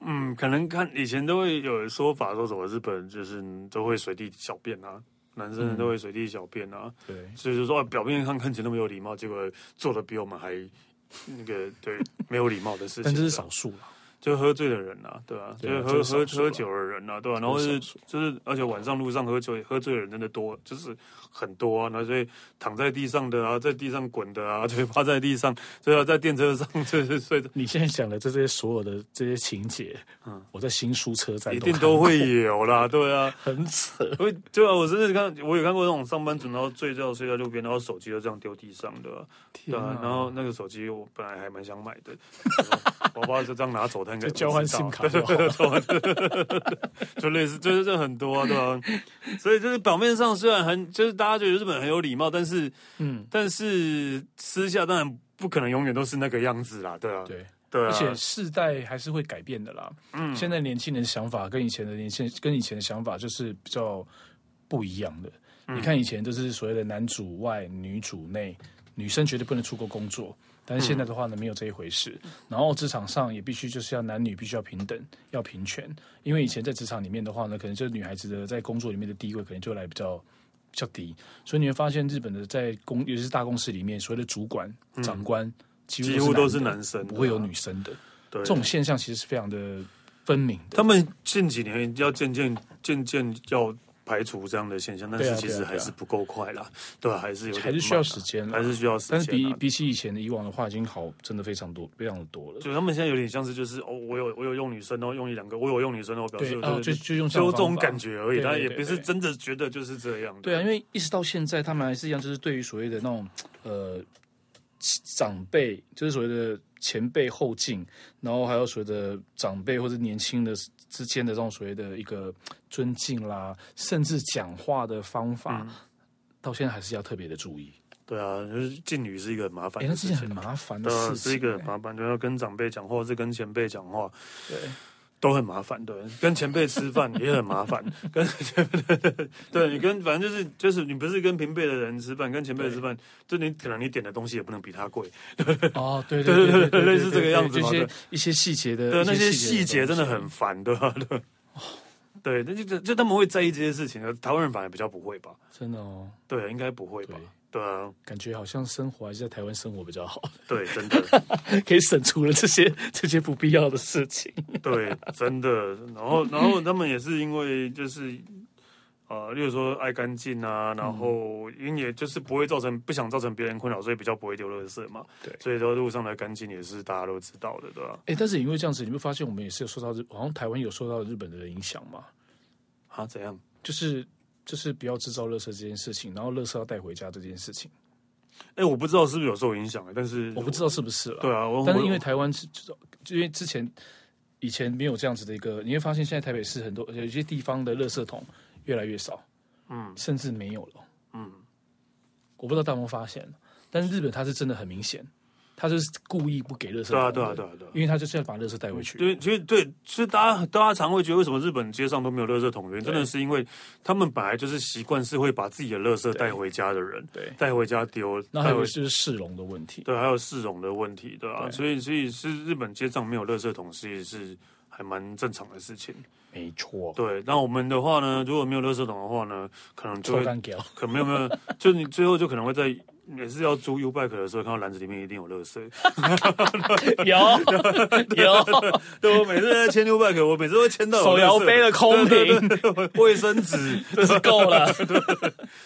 [SPEAKER 1] 嗯，可能看以前都会有说法，说什么日本人就是都会随地小便啊，男生
[SPEAKER 2] 嗯
[SPEAKER 1] 都会随地小便啊，
[SPEAKER 2] 对，
[SPEAKER 1] 所以就说、啊、表面上看起来那么有礼貌，结果做的比我们还那个对没有礼貌的事情，
[SPEAKER 2] [LAUGHS] 但这是
[SPEAKER 1] 对啊
[SPEAKER 2] 少数啦。
[SPEAKER 1] 就喝醉的人啊，对啊，
[SPEAKER 2] 对啊
[SPEAKER 1] 就是喝
[SPEAKER 2] 这是
[SPEAKER 1] 喝
[SPEAKER 2] 少数啊
[SPEAKER 1] 喝酒的人啊，对啊，然后
[SPEAKER 2] 这是
[SPEAKER 1] 是
[SPEAKER 2] 少数
[SPEAKER 1] 就是而且晚上路上喝酒喝醉的人真的多，就是很多啊，那所以躺在地上的啊，在地上滚的啊， [LAUGHS] 对，趴在地上，对啊，在电车上就是睡的，
[SPEAKER 2] 你现在讲的这些所有的这些情节，嗯，我在新宿车站
[SPEAKER 1] 一定
[SPEAKER 2] 看
[SPEAKER 1] 都会有啦，对啊，
[SPEAKER 2] 很扯。
[SPEAKER 1] 因为对 [LAUGHS] 啊，我真的看我有看过那种上班族，然后睡觉睡在路边，然后手机就这样丢地上的啊、对
[SPEAKER 2] 天
[SPEAKER 1] 啊
[SPEAKER 2] 啊，
[SPEAKER 1] 然后那个手机我本来还蛮想买的，我爸就这样拿走，他应该
[SPEAKER 2] 就
[SPEAKER 1] 也不
[SPEAKER 2] 交换
[SPEAKER 1] 知道
[SPEAKER 2] SIM 卡就好
[SPEAKER 1] 对对对对对 [LAUGHS] 就类似，就是这很多啊，对吧、所以就是表面上虽然很，就是大家觉得日本人很有礼貌，但是
[SPEAKER 2] 嗯，
[SPEAKER 1] 但是私下当然不可能永远都是那个样子啦，对啊，
[SPEAKER 2] 对，
[SPEAKER 1] 对啊，
[SPEAKER 2] 而且世代还是会改变的啦。
[SPEAKER 1] 嗯
[SPEAKER 2] 现在年轻人的想法跟以前的年轻跟以前的想法就是比较不一样的。
[SPEAKER 1] 嗯
[SPEAKER 2] 你看以前就是所谓的男主外女主内，女生绝对不能出国工作。但是现在的话呢，没有这一回事。然后职场上也必须就是要男女必须要平等，要平权。因为以前在职场里面的话呢，可能就是女孩子的在工作里面的地位可能就来比较比较低，所以你会发现日本的在公尤其是大公司里面，所谓的主管、长官几
[SPEAKER 1] 几
[SPEAKER 2] 乎
[SPEAKER 1] 乎都是
[SPEAKER 2] 男的
[SPEAKER 1] 男生，
[SPEAKER 2] 不会有
[SPEAKER 1] 对啊
[SPEAKER 2] 女生的。
[SPEAKER 1] 对
[SPEAKER 2] 这种现象其实是非常的分明的。
[SPEAKER 1] 他们近几年要渐渐渐渐要排除这样的现象，但
[SPEAKER 2] 对
[SPEAKER 1] 是
[SPEAKER 2] 啊
[SPEAKER 1] 其实
[SPEAKER 2] 对啊
[SPEAKER 1] 还是不够快啦， [LAUGHS] 对啊，还是有点
[SPEAKER 2] 还是需要
[SPEAKER 1] 慢啊
[SPEAKER 2] 时间啦
[SPEAKER 1] 还是需要时间
[SPEAKER 2] 但
[SPEAKER 1] 啊。
[SPEAKER 2] 是比比起以前的以往的话，已经好真的非常多，非常的多了。
[SPEAKER 1] 就他们现在有点像是就是哦，我有我有用女生，然后用一两个，我有用女生，然后表示
[SPEAKER 2] 对，
[SPEAKER 1] 我
[SPEAKER 2] 哦，就就用
[SPEAKER 1] 就这种感
[SPEAKER 2] 觉。
[SPEAKER 1] 觉而已，
[SPEAKER 2] 对对
[SPEAKER 1] 但也
[SPEAKER 2] 对
[SPEAKER 1] 不是
[SPEAKER 2] 对
[SPEAKER 1] 真的觉得就是这样的。
[SPEAKER 2] 对啊，因为一直到现在，他们还是一样，就是对于所谓的那种呃长辈，就是所谓的前辈后进，然后还有所谓的长辈或者年轻的之间的这种所谓的一个尊敬啦，甚至讲话的方法，到现在还是要特别的注意。
[SPEAKER 1] 对啊，就是敬语是一个很麻
[SPEAKER 2] 哎、
[SPEAKER 1] 烦
[SPEAKER 2] 那
[SPEAKER 1] 的
[SPEAKER 2] 是
[SPEAKER 1] 事
[SPEAKER 2] 一件
[SPEAKER 1] 情
[SPEAKER 2] 很
[SPEAKER 1] 啊，
[SPEAKER 2] 麻烦的
[SPEAKER 1] 对啊，
[SPEAKER 2] 事
[SPEAKER 1] 是一
[SPEAKER 2] 情、欸
[SPEAKER 1] 个很麻烦，就要跟长辈讲话，或是跟前辈讲话
[SPEAKER 2] 对。
[SPEAKER 1] 都很麻烦，对，跟前辈吃饭也很麻烦，跟 [LAUGHS] 前辈对你跟反正就是就是你不是跟平辈的人吃饭，跟前辈吃饭，就你可能你点的东西也不能比他贵， [LAUGHS]
[SPEAKER 2] 哦，对
[SPEAKER 1] 对
[SPEAKER 2] 对
[SPEAKER 1] 对类似这个样子
[SPEAKER 2] 就
[SPEAKER 1] 嘛
[SPEAKER 2] 一些
[SPEAKER 1] 对
[SPEAKER 2] 一些细节的，
[SPEAKER 1] 对，啊
[SPEAKER 2] 一
[SPEAKER 1] 那些
[SPEAKER 2] 的
[SPEAKER 1] 细节真的
[SPEAKER 2] 东西
[SPEAKER 1] 很烦，对吧？ [LAUGHS] 对，对，那就就他们会在意这些事情，而台湾人反而比较不会吧？
[SPEAKER 2] 真的哦，
[SPEAKER 1] 对，应该不会吧？对啊，
[SPEAKER 2] 感觉好像生活还是在台湾生活比较好，
[SPEAKER 1] 对，真的。
[SPEAKER 2] 可以省除了这些 [LAUGHS] 这些不必要的事情。
[SPEAKER 1] 对，真的。然后，然后他们也是因为就是，呃，例如说爱干净啊，然后因为也就是不会造成不想造成别人困扰，所以比较不会丢垃圾嘛。
[SPEAKER 2] 对
[SPEAKER 1] 所以说路上的干净也是大家都知道的，对吧、
[SPEAKER 2] 哎，但是因为这样子，你会发现我们也是有受到日，好像台湾有受到日本的影响嘛，
[SPEAKER 1] 啊？怎样？
[SPEAKER 2] 就是就是不要制造垃圾这件事情，然后垃圾要带回家这件事情，
[SPEAKER 1] 哎，我不知道是不是有受影响，但是
[SPEAKER 2] 我不知道是不是了。
[SPEAKER 1] 对啊，我
[SPEAKER 2] 但是因为台湾是，就因为之前以前没有这样子的一个，你会发现现在台北市很多有一些地方的垃圾桶越来越少，
[SPEAKER 1] 嗯
[SPEAKER 2] 甚至没有了。
[SPEAKER 1] 嗯，
[SPEAKER 2] 我不知道大家有没有发现，但是日本它是真的很明显，它就是故意不给垃圾。
[SPEAKER 1] 对啊，对啊，对，啊，对啊。
[SPEAKER 2] 因为它就是要把垃圾带回去。
[SPEAKER 1] 对，其实对，其实大家大家常会觉得为什么日本街上都没有垃圾桶，原因真的是因为他们本来就是习惯是会把自己的垃圾带回家的人，
[SPEAKER 2] 对，
[SPEAKER 1] 带回家丢，
[SPEAKER 2] 然后还
[SPEAKER 1] 带
[SPEAKER 2] 有
[SPEAKER 1] 回
[SPEAKER 2] 就是市容的问题。
[SPEAKER 1] 对，还有市容的问题，对啊，
[SPEAKER 2] 对
[SPEAKER 1] 所以所以是日本街上没有垃圾桶，其实是还蛮正常的事情。
[SPEAKER 2] 没错，
[SPEAKER 1] 对，那我们的话呢，如果没有垃圾桶的话呢，可能就
[SPEAKER 2] 臭
[SPEAKER 1] 会
[SPEAKER 2] 干掉。
[SPEAKER 1] 可能没有没有，就你最后就可能会在每次要租 U bike 的时候，看到篮子里面一定有垃圾。
[SPEAKER 2] 有 [LAUGHS] 有
[SPEAKER 1] 对，我每次在签 U bike，我每次都签到有
[SPEAKER 2] 手摇
[SPEAKER 1] 垃圾
[SPEAKER 2] 杯的空
[SPEAKER 1] 对对
[SPEAKER 2] 瓶，
[SPEAKER 1] 对对卫生
[SPEAKER 2] [LAUGHS]
[SPEAKER 1] 纸，
[SPEAKER 2] 真是够了。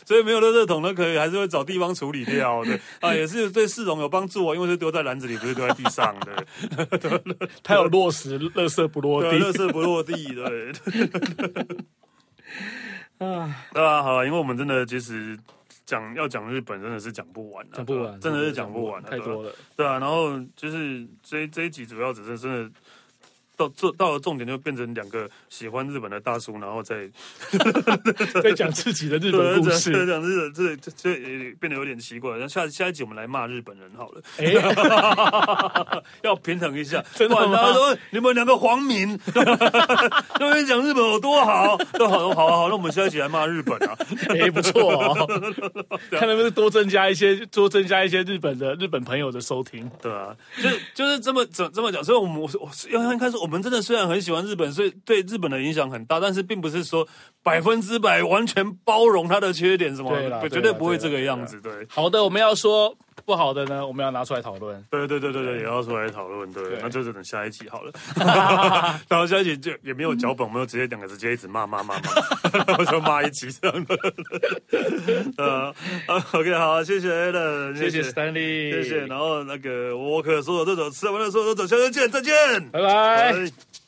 [SPEAKER 1] 所以没有垃圾桶呢，可以还是会找地方处理掉的啊，也是对市容有帮助哦，因为是丢在篮子里，不是丢在地上的。
[SPEAKER 2] 它有落实，垃圾不落
[SPEAKER 1] 对，啊乐
[SPEAKER 2] 地。
[SPEAKER 1] 色不落地，对。啊，对啊，好了，因为我们真的其实讲要讲日本，真的是讲不完啊，
[SPEAKER 2] [LAUGHS] 讲不完，
[SPEAKER 1] 真的是讲不完啊，
[SPEAKER 2] 太
[SPEAKER 1] 对啊
[SPEAKER 2] 多了。
[SPEAKER 1] 对啊，然后就是这这一集主要只是真的。到做到了重点就变成两个喜欢日本的大叔，然后再
[SPEAKER 2] 在讲自己的日本故
[SPEAKER 1] 对
[SPEAKER 2] 事，
[SPEAKER 1] 讲日本这这这也变得有点奇怪。那下下一集我们来骂日本人好了，
[SPEAKER 2] 哎，
[SPEAKER 1] 要平衡一 [LAUGHS] 下，
[SPEAKER 2] 真的吗
[SPEAKER 1] 不然大家说你们两个皇民， [LAUGHS] 那边讲日本有多好，都好好好，那我们下一集来骂日本 [LAUGHS] 啊，
[SPEAKER 2] 哎，不错
[SPEAKER 1] [LAUGHS]
[SPEAKER 2] 哦。看能不能多增加一些，多增加一些日本的日本朋友的收听。
[SPEAKER 1] 对啊，就是就是这么这这么讲，所以我们我我要开始，我们真的虽然很喜欢日本，所以对日本的影响很大，但是并不是说百分之百完全包容它的缺点什么
[SPEAKER 2] 对啦，对啦
[SPEAKER 1] 绝不会这个样子，对。
[SPEAKER 2] 好的，我们要说不好的呢，我们要拿出来讨论。
[SPEAKER 1] 对对对对对，也要出来讨论，对，
[SPEAKER 2] 对
[SPEAKER 1] 那就只能下一集好
[SPEAKER 2] [LAUGHS]
[SPEAKER 1] 了。然后下一集就也没有脚本，我们就直接两个直接一直骂骂骂骂，然后就骂一集这样的。呃啊，OK，好，谢谢 a l
[SPEAKER 2] 谢谢 Stanley，
[SPEAKER 1] 谢谢。然后那个我可说走就走，吃完了说走走，下次见，再见，
[SPEAKER 2] 拜拜。
[SPEAKER 1] 拜